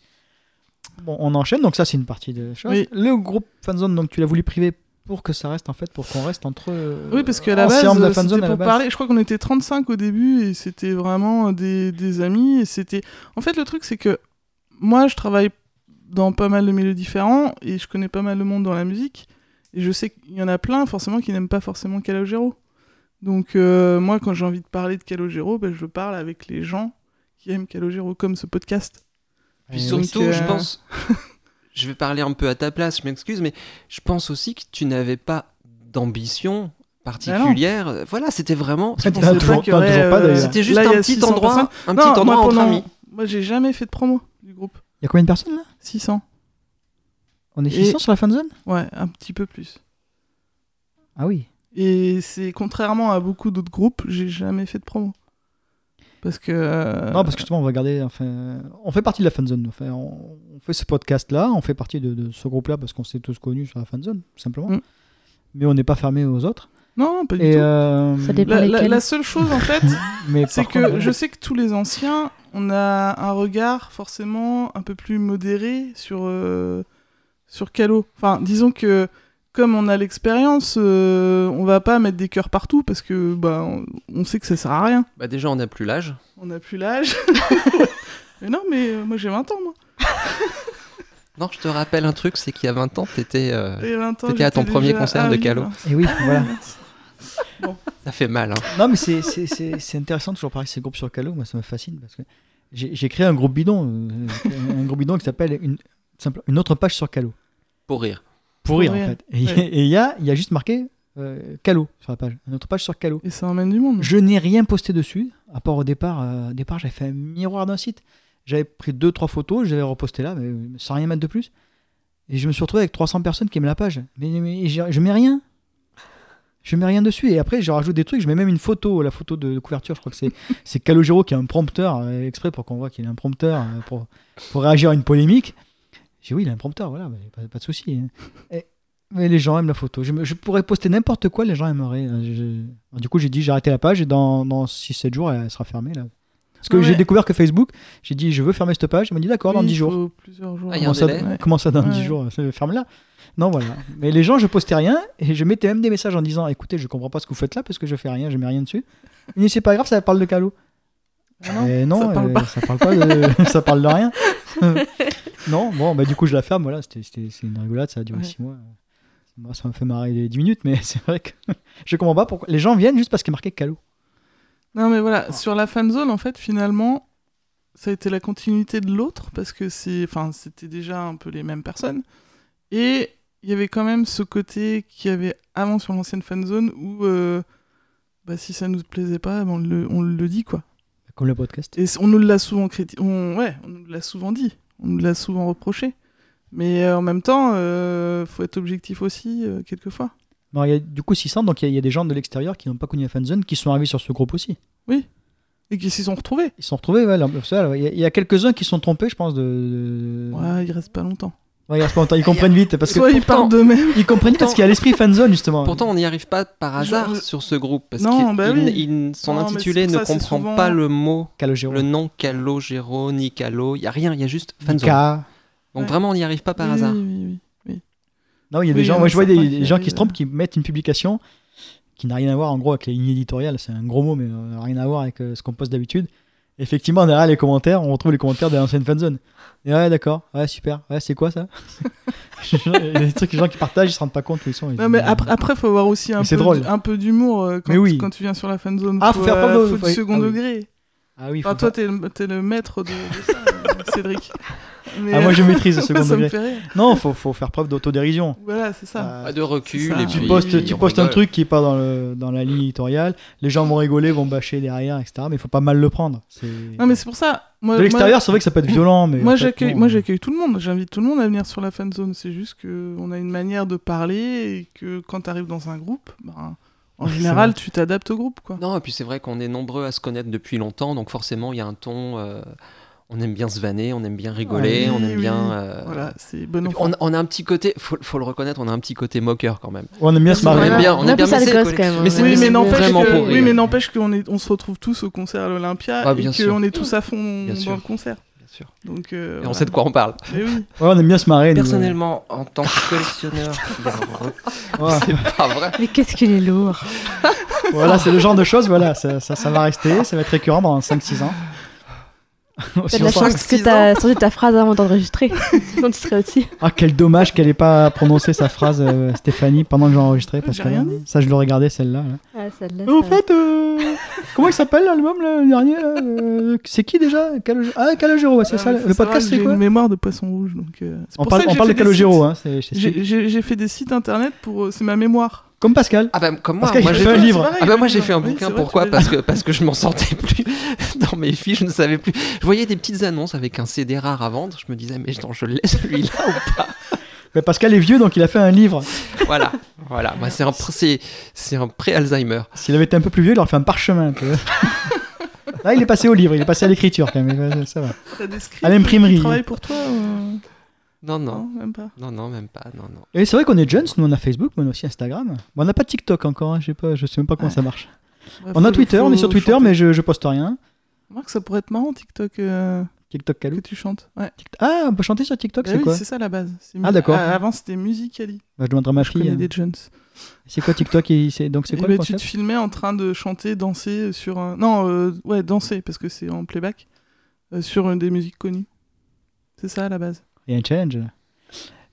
Speaker 1: Bon, on enchaîne. Donc ça, c'est une partie de choses.
Speaker 4: Oui.
Speaker 1: Le groupe fanzone, donc tu l'as voulu privé pour que ça reste en fait pour qu'on reste entre. euh,
Speaker 4: Oui, parce qu'à la
Speaker 1: anciens
Speaker 4: base,
Speaker 1: membres de la
Speaker 4: euh,
Speaker 1: fanzone,
Speaker 4: c'était
Speaker 1: à la
Speaker 4: pour
Speaker 1: base.
Speaker 4: parler. Je crois qu'on était 35 au début et c'était vraiment des, des amis. Et c'était. En fait, le truc, c'est que moi, je travaille dans pas mal de milieux différents et je connais pas mal de monde dans la musique. Et je sais qu'il y en a plein, forcément, qui n'aiment pas forcément Calogero. Donc, euh, moi, quand j'ai envie de parler de Calogero, ben, je parle avec les gens qui aiment Calogero, comme ce podcast.
Speaker 1: Et
Speaker 3: Puis
Speaker 1: Eh oui,
Speaker 3: surtout,
Speaker 4: oui, c'est-
Speaker 3: je pense, [laughs] je vais parler un peu à ta place, je m'excuse, mais je pense aussi que tu n'avais pas d'ambition particulière.
Speaker 4: Bah
Speaker 3: Euh, voilà, c'était vraiment,
Speaker 1: T'en as
Speaker 4: On sait pas
Speaker 1: toujours-
Speaker 4: qu'il y
Speaker 1: t'en as
Speaker 4: aurait,
Speaker 1: toujours pas,
Speaker 4: euh,
Speaker 1: d'ailleurs.
Speaker 4: c'était-
Speaker 3: c'était juste
Speaker 4: Là, il y
Speaker 3: un
Speaker 4: a
Speaker 3: petit
Speaker 4: 600
Speaker 3: endroit,
Speaker 4: personnes.
Speaker 3: un
Speaker 4: Non,
Speaker 3: petit endroit
Speaker 4: moi,
Speaker 3: entre
Speaker 4: pendant-
Speaker 3: amis.
Speaker 4: Moi, j'ai jamais fait de promo du groupe.
Speaker 1: Il y a combien de personnes là
Speaker 4: 600.
Speaker 1: On est
Speaker 4: Et-
Speaker 1: 600 sur la fanzone
Speaker 4: Ouais, un petit peu plus.
Speaker 1: Ah oui.
Speaker 4: Et c'est contrairement à beaucoup d'autres groupes, j'ai jamais fait de promo. Parce que. euh,
Speaker 1: Non, parce que justement, on va garder. Enfin, on fait partie de la fanzone. Enfin, on, on fait ce podcast-là, on fait partie de, de ce groupe-là parce qu'on s'est tous connus sur la fanzone, tout simplement.
Speaker 4: Mm.
Speaker 1: Mais on n'est pas fermé aux autres.
Speaker 4: Non, non, pas du
Speaker 1: Et
Speaker 4: tout.
Speaker 1: euh,
Speaker 2: Ça dépend.
Speaker 4: La, la-
Speaker 2: lesquels.
Speaker 4: la seule chose,
Speaker 3: [laughs]
Speaker 4: en fait,
Speaker 1: mais
Speaker 4: c'est
Speaker 1: par
Speaker 4: que
Speaker 1: contre,
Speaker 4: je sais que tous les anciens, on a un regard forcément un peu plus modéré sur, euh, sur Calo. Enfin, disons que. Comme on a l'expérience, euh, on va pas mettre des cœurs partout parce que bah on, on sait que ça sert à rien.
Speaker 3: Bah déjà, on n'a plus l'âge.
Speaker 4: On n'a plus l'âge. [laughs] mais non, mais euh, moi j'ai 20 ans moi.
Speaker 3: Non, je te rappelle un truc, c'est qu'il y a 20 ans, t'étais, euh,
Speaker 4: Et 20 ans,
Speaker 3: T'étais à ton
Speaker 4: j'étais
Speaker 3: premier
Speaker 4: déjà-
Speaker 3: concert
Speaker 4: ah
Speaker 3: de
Speaker 4: oui,
Speaker 3: Calo.
Speaker 4: mince.
Speaker 1: Et eh oui, voilà.
Speaker 3: ça fait mal. hein.
Speaker 1: Non, mais c'est- c'est c'est- c'est intéressant, toujours pareil, ces groupes sur Calo, moi ça me fascine parce que j'ai j'ai créé un groupe bidon, euh, un groupe bidon qui s'appelle une, simple- une autre page sur Calo,
Speaker 3: Pour rire.
Speaker 1: pour rire
Speaker 4: Pour
Speaker 1: en
Speaker 4: rire,
Speaker 1: fait. Et il
Speaker 4: ouais.
Speaker 1: y, a, il y a juste marqué euh, Calo sur la page, une autre page sur Calo.
Speaker 4: Et ça emmène du monde.
Speaker 1: Je n'ai rien posté dessus, à part au départ, euh, au départ j'avais fait un miroir d'un site. J'avais pris deux trois photos, j'avais reposté là, mais euh, sans rien mettre de plus. Et je me suis retrouvé avec 300 personnes qui aiment la page. Mais, mais j'ai- je mets rien. Je mets rien dessus. Et après, je rajoute des trucs. Je mets même une photo, la photo de, de couverture. Je crois que c'est, [laughs] c'est Calogero qui a un prompteur, euh, exprès pour qu'on voit qu'il a un prompteur, euh, pour, pour réagir à une polémique. J'ai dit, oui, il a un prompteur, voilà, bah, pas, pas de souci. hein. Et- mais les gens aiment la photo. Je, me- je pourrais poster n'importe quoi, les gens aimeraient. Euh, je- Alors, du coup, j'ai dit, j'ai arrêté la page et dans, dans 6-7 jours, elle sera fermée. Là. Parce que
Speaker 3: Ah
Speaker 4: Ouais.
Speaker 1: j'ai découvert que Facebook, j'ai dit, je veux fermer cette page. Ils m'ont dit, d'accord, dans
Speaker 4: Oui,
Speaker 1: 10
Speaker 4: il
Speaker 1: jours.
Speaker 4: faut plusieurs jours.
Speaker 3: Ah, il y a un
Speaker 1: Comment ça,
Speaker 3: délai.
Speaker 4: Ouais.
Speaker 1: comment ça dans
Speaker 4: Ouais.
Speaker 1: 10 jours ça Ferme là. Non, voilà. Mais les gens, je postais rien et je mettais même des messages en disant écoutez, je comprends pas ce que vous faites là parce que je fais rien, je mets rien dessus. Mais c'est pas grave, ça parle de Calo.
Speaker 4: Ah non,
Speaker 1: Eh non,
Speaker 4: ça parle
Speaker 1: euh,
Speaker 4: pas.
Speaker 1: ça parle pas de, [laughs] ça parle de
Speaker 4: [laughs]
Speaker 1: rien. non, bon, bah du coup, je la ferme. Voilà, c'était- c'était- c'est une rigolade, ça a duré
Speaker 4: Ouais.
Speaker 1: 6 mois. Moi, ça m'a fait marrer les 10 minutes, mais [laughs] c'est vrai que je comprends pas pourquoi. Les gens viennent juste parce qu'il est marqué Calo.
Speaker 4: Non, mais voilà, sur la fanzone, en fait, finalement, ça a été la continuité de l'autre parce que c'est, enfin, c'était déjà un peu les mêmes personnes. Et il y avait quand même ce côté qu'il y avait avant sur l'ancienne fanzone où, euh, bah, si ça nous plaisait pas, bah, on le, on le dit quoi.
Speaker 1: Comme le podcast.
Speaker 4: Et c- on nous l'a souvent criti- on, ouais, on nous l'a souvent dit, on nous l'a souvent reproché. Mais euh, en même temps, euh, faut être objectif aussi euh, quelquefois.
Speaker 1: Non, il y a du coup 600, donc il y, a- il y a des gens de l'extérieur qui n'ont pas connu la fanzone qui sont arrivés sur ce groupe aussi.
Speaker 4: Et qui s'y sont retrouvés.
Speaker 1: Ils se sont retrouvés, ouais. là, ça, là, Il y a- il y a, quelques-uns qui se sont trompés, je pense, de. de-
Speaker 4: Ouais, il reste pas longtemps.
Speaker 1: Ouais, ils respectent, ils comprennent vite parce que
Speaker 4: Soit ils partent d'eux-mêmes.
Speaker 1: ils comprennent vite parce qu'il y a
Speaker 3: [laughs]
Speaker 1: l'esprit fanzone justement.
Speaker 3: Pourtant, on n'y arrive pas par hasard
Speaker 4: je-
Speaker 3: sur ce groupe, parce
Speaker 4: Non,
Speaker 3: que
Speaker 4: bah oui.
Speaker 3: son
Speaker 4: Non, mais
Speaker 3: intitulé
Speaker 4: c'est pour
Speaker 3: ne
Speaker 4: ça, c'est
Speaker 3: comprend
Speaker 4: souvent-
Speaker 3: pas le mot,
Speaker 1: Calogero.
Speaker 3: le nom Calogero, ni Calo, il n'y a rien, il y a juste fanzone.
Speaker 1: Ka.
Speaker 3: Donc
Speaker 4: Ouais. Mm.
Speaker 3: vraiment, on n'y arrive pas par
Speaker 4: Oui,
Speaker 3: hasard.
Speaker 4: oui, oui, oui.
Speaker 1: Mm. Non, il y a des
Speaker 4: Oui, il y
Speaker 1: gens.
Speaker 4: en
Speaker 1: Moi,
Speaker 4: a
Speaker 1: je vois des,
Speaker 4: certains
Speaker 1: des gens
Speaker 4: qui
Speaker 1: qui se
Speaker 4: arrivent.
Speaker 1: trompent, qui mettent une publication qui n'a rien à voir, en gros, avec les lignes éditoriales. C'est un gros mot, mais euh, rien à voir avec euh, ce qu'on poste d'habitude. Effectivement, derrière les commentaires, on retrouve les commentaires de l'ancienne fanzone. Et ouais, d'accord. Ouais, super. Ouais, c'est quoi ça [laughs] Il y a des trucs, les gens qui partagent, ils se rendent pas compte où ils sont. Ils
Speaker 4: Non,
Speaker 1: disent,
Speaker 4: mais
Speaker 1: euh,
Speaker 4: après, après, faut avoir aussi un
Speaker 1: Mais c'est
Speaker 4: peu,
Speaker 1: drôle.
Speaker 4: d- un peu d'humour euh, quand,
Speaker 1: Mais oui.
Speaker 4: quand tu viens sur la fan zone.
Speaker 1: Ah, faut faire preuve de-
Speaker 4: faut
Speaker 1: faut-
Speaker 4: du second
Speaker 1: ah oui.
Speaker 4: degré.
Speaker 1: Ah oui, faut
Speaker 4: Enfin, toi,
Speaker 1: pas-
Speaker 4: t'es le, t'es le maître de, de
Speaker 1: [laughs]
Speaker 4: ça, euh, Cédric. Mais,
Speaker 1: Ah, moi, je
Speaker 4: [laughs]
Speaker 1: maîtrise le
Speaker 4: euh,
Speaker 1: second
Speaker 4: ça me
Speaker 1: degré.
Speaker 4: fait rire.
Speaker 1: Non, faut, faut faire preuve d'autodérision.
Speaker 4: Voilà, c'est ça.
Speaker 1: Euh,
Speaker 3: Pas Ah, de recul,
Speaker 4: ça.
Speaker 3: et
Speaker 4: Tu
Speaker 1: tu
Speaker 3: puis
Speaker 1: postes, tu
Speaker 3: on
Speaker 1: postes un
Speaker 3: rigole.
Speaker 1: truc qui est pas dans, le, dans la ligne éditoriale. Les gens vont rigoler, vont bâcher derrière, etc. Mais il faut pas mal le prendre. C'est-
Speaker 4: Non, mais c'est pour ça. Moi,
Speaker 1: de l'extérieur, c'est vrai que ça peut être violent, mais
Speaker 4: Moi, moi,
Speaker 1: en fait,
Speaker 4: j'accueille,
Speaker 1: non.
Speaker 4: moi, j'accueille tout le monde. J'invite tout le monde à venir sur la fan zone. C'est juste que on a une manière de parler et que quand t'arrives dans un groupe, ben, en
Speaker 1: Ouais, c'est
Speaker 4: général, tu t'adaptes au groupe, quoi.
Speaker 3: Non, et puis c'est vrai qu'on est nombreux à se connaître depuis longtemps, donc forcément, il y a un ton. euh, on aime bien se vanner, on aime bien rigoler,
Speaker 4: Ah oui,
Speaker 3: on aime
Speaker 4: oui.
Speaker 3: bien. euh,
Speaker 4: Voilà, c'est
Speaker 3: et
Speaker 4: bon
Speaker 3: puis
Speaker 4: enfant.
Speaker 3: On, on a un petit côté, faut, faut le reconnaître, on a un petit côté moqueur quand même.
Speaker 1: on aime bien se
Speaker 3: Bah, On
Speaker 1: marrer.
Speaker 3: aime bien, on
Speaker 2: On
Speaker 3: aime bien.
Speaker 2: appelle ça
Speaker 3: mais
Speaker 2: les
Speaker 3: c'est
Speaker 2: gosses, quand même.
Speaker 3: mais c'est-
Speaker 4: Oui,
Speaker 3: mais
Speaker 4: mais
Speaker 3: c'est
Speaker 4: n'empêche
Speaker 3: vraiment
Speaker 4: que-
Speaker 3: pour
Speaker 4: oui,
Speaker 3: rire.
Speaker 4: mais n'empêche qu'on est, on se retrouve tous au concert à l'Olympia
Speaker 3: Ah,
Speaker 4: et
Speaker 3: bien sûr.
Speaker 4: qu'on est tous à fond
Speaker 3: Bien
Speaker 4: dans
Speaker 3: sûr.
Speaker 4: le concert.
Speaker 3: Bien sûr.
Speaker 4: Donc, euh,
Speaker 3: Et on
Speaker 4: voilà.
Speaker 3: sait de quoi on parle.
Speaker 4: Mais oui.
Speaker 1: Ouais, on aime bien se marrer. nous.
Speaker 5: Personnellement, en tant que
Speaker 3: [laughs]
Speaker 5: collectionneur qui a
Speaker 1: Voilà,
Speaker 3: Pas Bah, Ah, vrai.
Speaker 2: Mais qu'est-ce qu'il est lourd
Speaker 1: Voilà, c'est le genre de choses, voilà, ça, ça, ça va rester, ça va être récurrent dans 5-6 ans.
Speaker 2: T'as
Speaker 1: Si
Speaker 2: de
Speaker 1: on
Speaker 2: la
Speaker 1: s'en-
Speaker 2: chance que t'as changé ta phrase avant d'enregistrer. [laughs] Sinon, tu serais aussi.
Speaker 1: Ah, quel dommage qu'elle ait pas prononcé sa phrase, euh, Stéphanie, pendant que j'ai enregistré, parce
Speaker 4: J'ai
Speaker 1: que là,
Speaker 4: rien
Speaker 1: ça, je le regardais, celle-là. là.
Speaker 2: Ah, ça te laisse.
Speaker 1: Au fait, euh, comment il s'appelle l'album, le dernier là Euh, C'est qui déjà Calogero Ah, Calogero, ouais, c'est
Speaker 4: Ah,
Speaker 1: ça.
Speaker 4: mais
Speaker 1: Le
Speaker 4: faut savoir
Speaker 1: podcast,
Speaker 4: que
Speaker 1: c'est
Speaker 4: J'ai
Speaker 1: quoi
Speaker 4: une mémoire de poisson rouge, donc. euh, c'est
Speaker 1: On
Speaker 4: pour
Speaker 1: parle,
Speaker 4: ça que
Speaker 1: on
Speaker 4: j'ai
Speaker 1: parle de
Speaker 4: fait des
Speaker 1: Calogero,
Speaker 4: sites.
Speaker 1: hein, c'est- c'est-
Speaker 4: J'ai- J'ai j'ai fait des sites internet pour. euh, C'est ma mémoire.
Speaker 1: comme Pascal.
Speaker 3: Ah bah, comme moi,
Speaker 1: Parce qu'il
Speaker 3: moi
Speaker 1: fait
Speaker 3: j'ai
Speaker 1: un
Speaker 3: fait-
Speaker 1: livre.
Speaker 4: C'est pareil,
Speaker 3: Ah bah moi
Speaker 4: le
Speaker 3: j'ai fait un
Speaker 4: livre. Oui,
Speaker 3: bouquin,
Speaker 4: c'est vrai,
Speaker 3: pourquoi
Speaker 4: tu l'as
Speaker 3: parce que, parce que je m'en sortais plus [laughs] dans mes fiches, je ne savais plus. Je voyais des petites annonces avec un CD rare à vendre, je me disais mais attends, je laisse celui-là ou pas
Speaker 1: Mais Pascal est vieux, donc il a fait un livre.
Speaker 3: Voilà, voilà, moi c'est un, pr- c'est, c'est un pré-Alzheimer.
Speaker 1: S'il avait été un peu plus vieux, il aurait fait un parchemin. un peu.
Speaker 4: [laughs]
Speaker 1: Là, il est passé au livre, il est passé à l'écriture quand même. mais Ça va.
Speaker 4: T'as des scripts
Speaker 1: À l'imprimerie.
Speaker 4: qui travaillent pour toi euh,
Speaker 3: Non, non,
Speaker 4: Non, même pas.
Speaker 3: non, non, même pas, non, non.
Speaker 1: Et c'est vrai qu'on est jeunes, nous on a Facebook, mais on a aussi Instagram. Bon, on n'a pas TikTok encore, hein, je sais pas, je sais même pas comment ça marche.
Speaker 4: Ouais, Ah,
Speaker 1: On a
Speaker 4: faut-
Speaker 1: Twitter, on est sur
Speaker 4: faut
Speaker 1: Twitter,
Speaker 4: chanter.
Speaker 1: mais je, je poste rien.
Speaker 4: Remarque, ça pourrait être marrant, TikTok, euh,
Speaker 1: TikTok
Speaker 4: que
Speaker 1: Calou.
Speaker 4: tu chantes. Ouais.
Speaker 1: Ah, on peut chanter sur TikTok,
Speaker 4: Bah
Speaker 1: c'est
Speaker 4: oui,
Speaker 1: quoi
Speaker 4: c'est ça la base. C'est
Speaker 1: Ah,
Speaker 4: mu-
Speaker 1: d'accord.
Speaker 4: Ah, Avant, c'était Musicali.
Speaker 1: Bah, Je demanderai à ma
Speaker 4: Je
Speaker 1: fille.
Speaker 4: connais
Speaker 1: hein.
Speaker 4: des Jones.
Speaker 1: C'est quoi TikTok et c'est... Donc c'est
Speaker 4: Eh
Speaker 1: quoi
Speaker 4: ben,
Speaker 1: le
Speaker 4: tu te
Speaker 1: concept
Speaker 4: filmais en train de chanter, danser sur un. Non, euh, ouais, danser, parce que c'est en playback, euh, sur une des musiques connues. C'est ça à la base.
Speaker 1: Il y a un challenge là.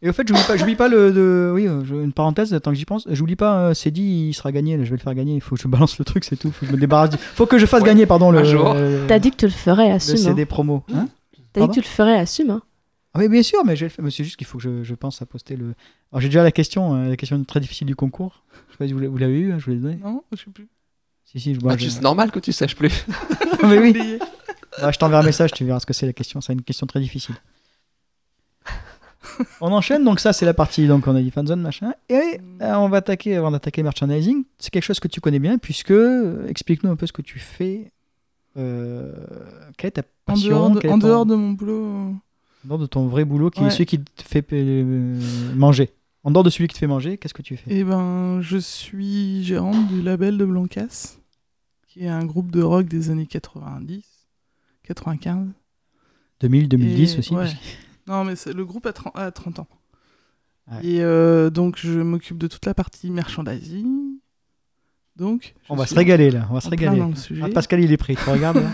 Speaker 1: Et au fait, j'oublie pas, j'oublie pas le. de- Oui, euh, je- une parenthèse, tant que j'y pense. J'oublie pas, euh, c'est dit, il sera gagné, là, je vais le faire gagner. Il faut que je balance le truc, c'est tout. Faut que je me débarrasse. du- Faut que je fasse
Speaker 3: Ouais,
Speaker 1: gagner, pardon, le.
Speaker 3: un jour.
Speaker 1: le-
Speaker 2: T'as dit que tu le ferais,
Speaker 1: le
Speaker 2: assume. hein.
Speaker 1: CD promo.
Speaker 4: Mmh.
Speaker 1: Hein
Speaker 2: T'as dit
Speaker 1: pardon
Speaker 2: que tu le ferais, assume. hein.
Speaker 1: Ah oui, bien sûr, mais je vais le faire. Mais c'est juste qu'il faut que je, je pense à poster le. Alors j'ai déjà la question, euh, la question très difficile du concours. Je sais pas si vous l'avez- vous l'avez eu, hein, je vous l'ai donné.
Speaker 4: Non, je sais plus.
Speaker 1: Si, si, Bah, je
Speaker 3: Ah,
Speaker 1: vois.
Speaker 3: tu- c'est normal que tu saches plus.
Speaker 1: [laughs] mais oui,
Speaker 4: Oublié.
Speaker 1: Ah, je t'enverrai un message, tu verras ce que c'est la question. C'est une question très
Speaker 4: [laughs]
Speaker 1: difficile. On enchaîne, donc ça c'est la partie, donc on a dit fanzone, machin. Et euh, on va attaquer, avant d'attaquer merchandising, c'est quelque chose que tu connais bien, puisque euh, explique-nous un peu ce que tu fais. Euh, quelle est ta
Speaker 4: En
Speaker 1: passion
Speaker 4: dehors, de,
Speaker 1: quel est
Speaker 4: en
Speaker 1: ton-
Speaker 4: dehors de mon boulot. euh,
Speaker 1: en dehors de ton vrai boulot, qui est
Speaker 4: Ouais.
Speaker 1: celui qui te fait euh, manger. En dehors de celui qui te fait manger, qu'est-ce que tu fais
Speaker 4: Eh ben, je suis gérante du label de Blancas, qui est un groupe de rock des années 90, 95.
Speaker 1: 2000, 2010
Speaker 4: Et-
Speaker 1: aussi.
Speaker 4: ouais.
Speaker 1: parce que-
Speaker 4: Non, mais c'est- le groupe a 30, a 30 ans.
Speaker 1: Ouais.
Speaker 4: Et euh, donc, je m'occupe de toute la partie merchandising. Donc, je
Speaker 1: On va [laughs]
Speaker 4: suis
Speaker 1: se régaler là, on va
Speaker 4: en
Speaker 1: se
Speaker 4: plein
Speaker 1: régaler.
Speaker 4: dans le sujet.
Speaker 1: Ah, Pascal il est prêt, tu regardes là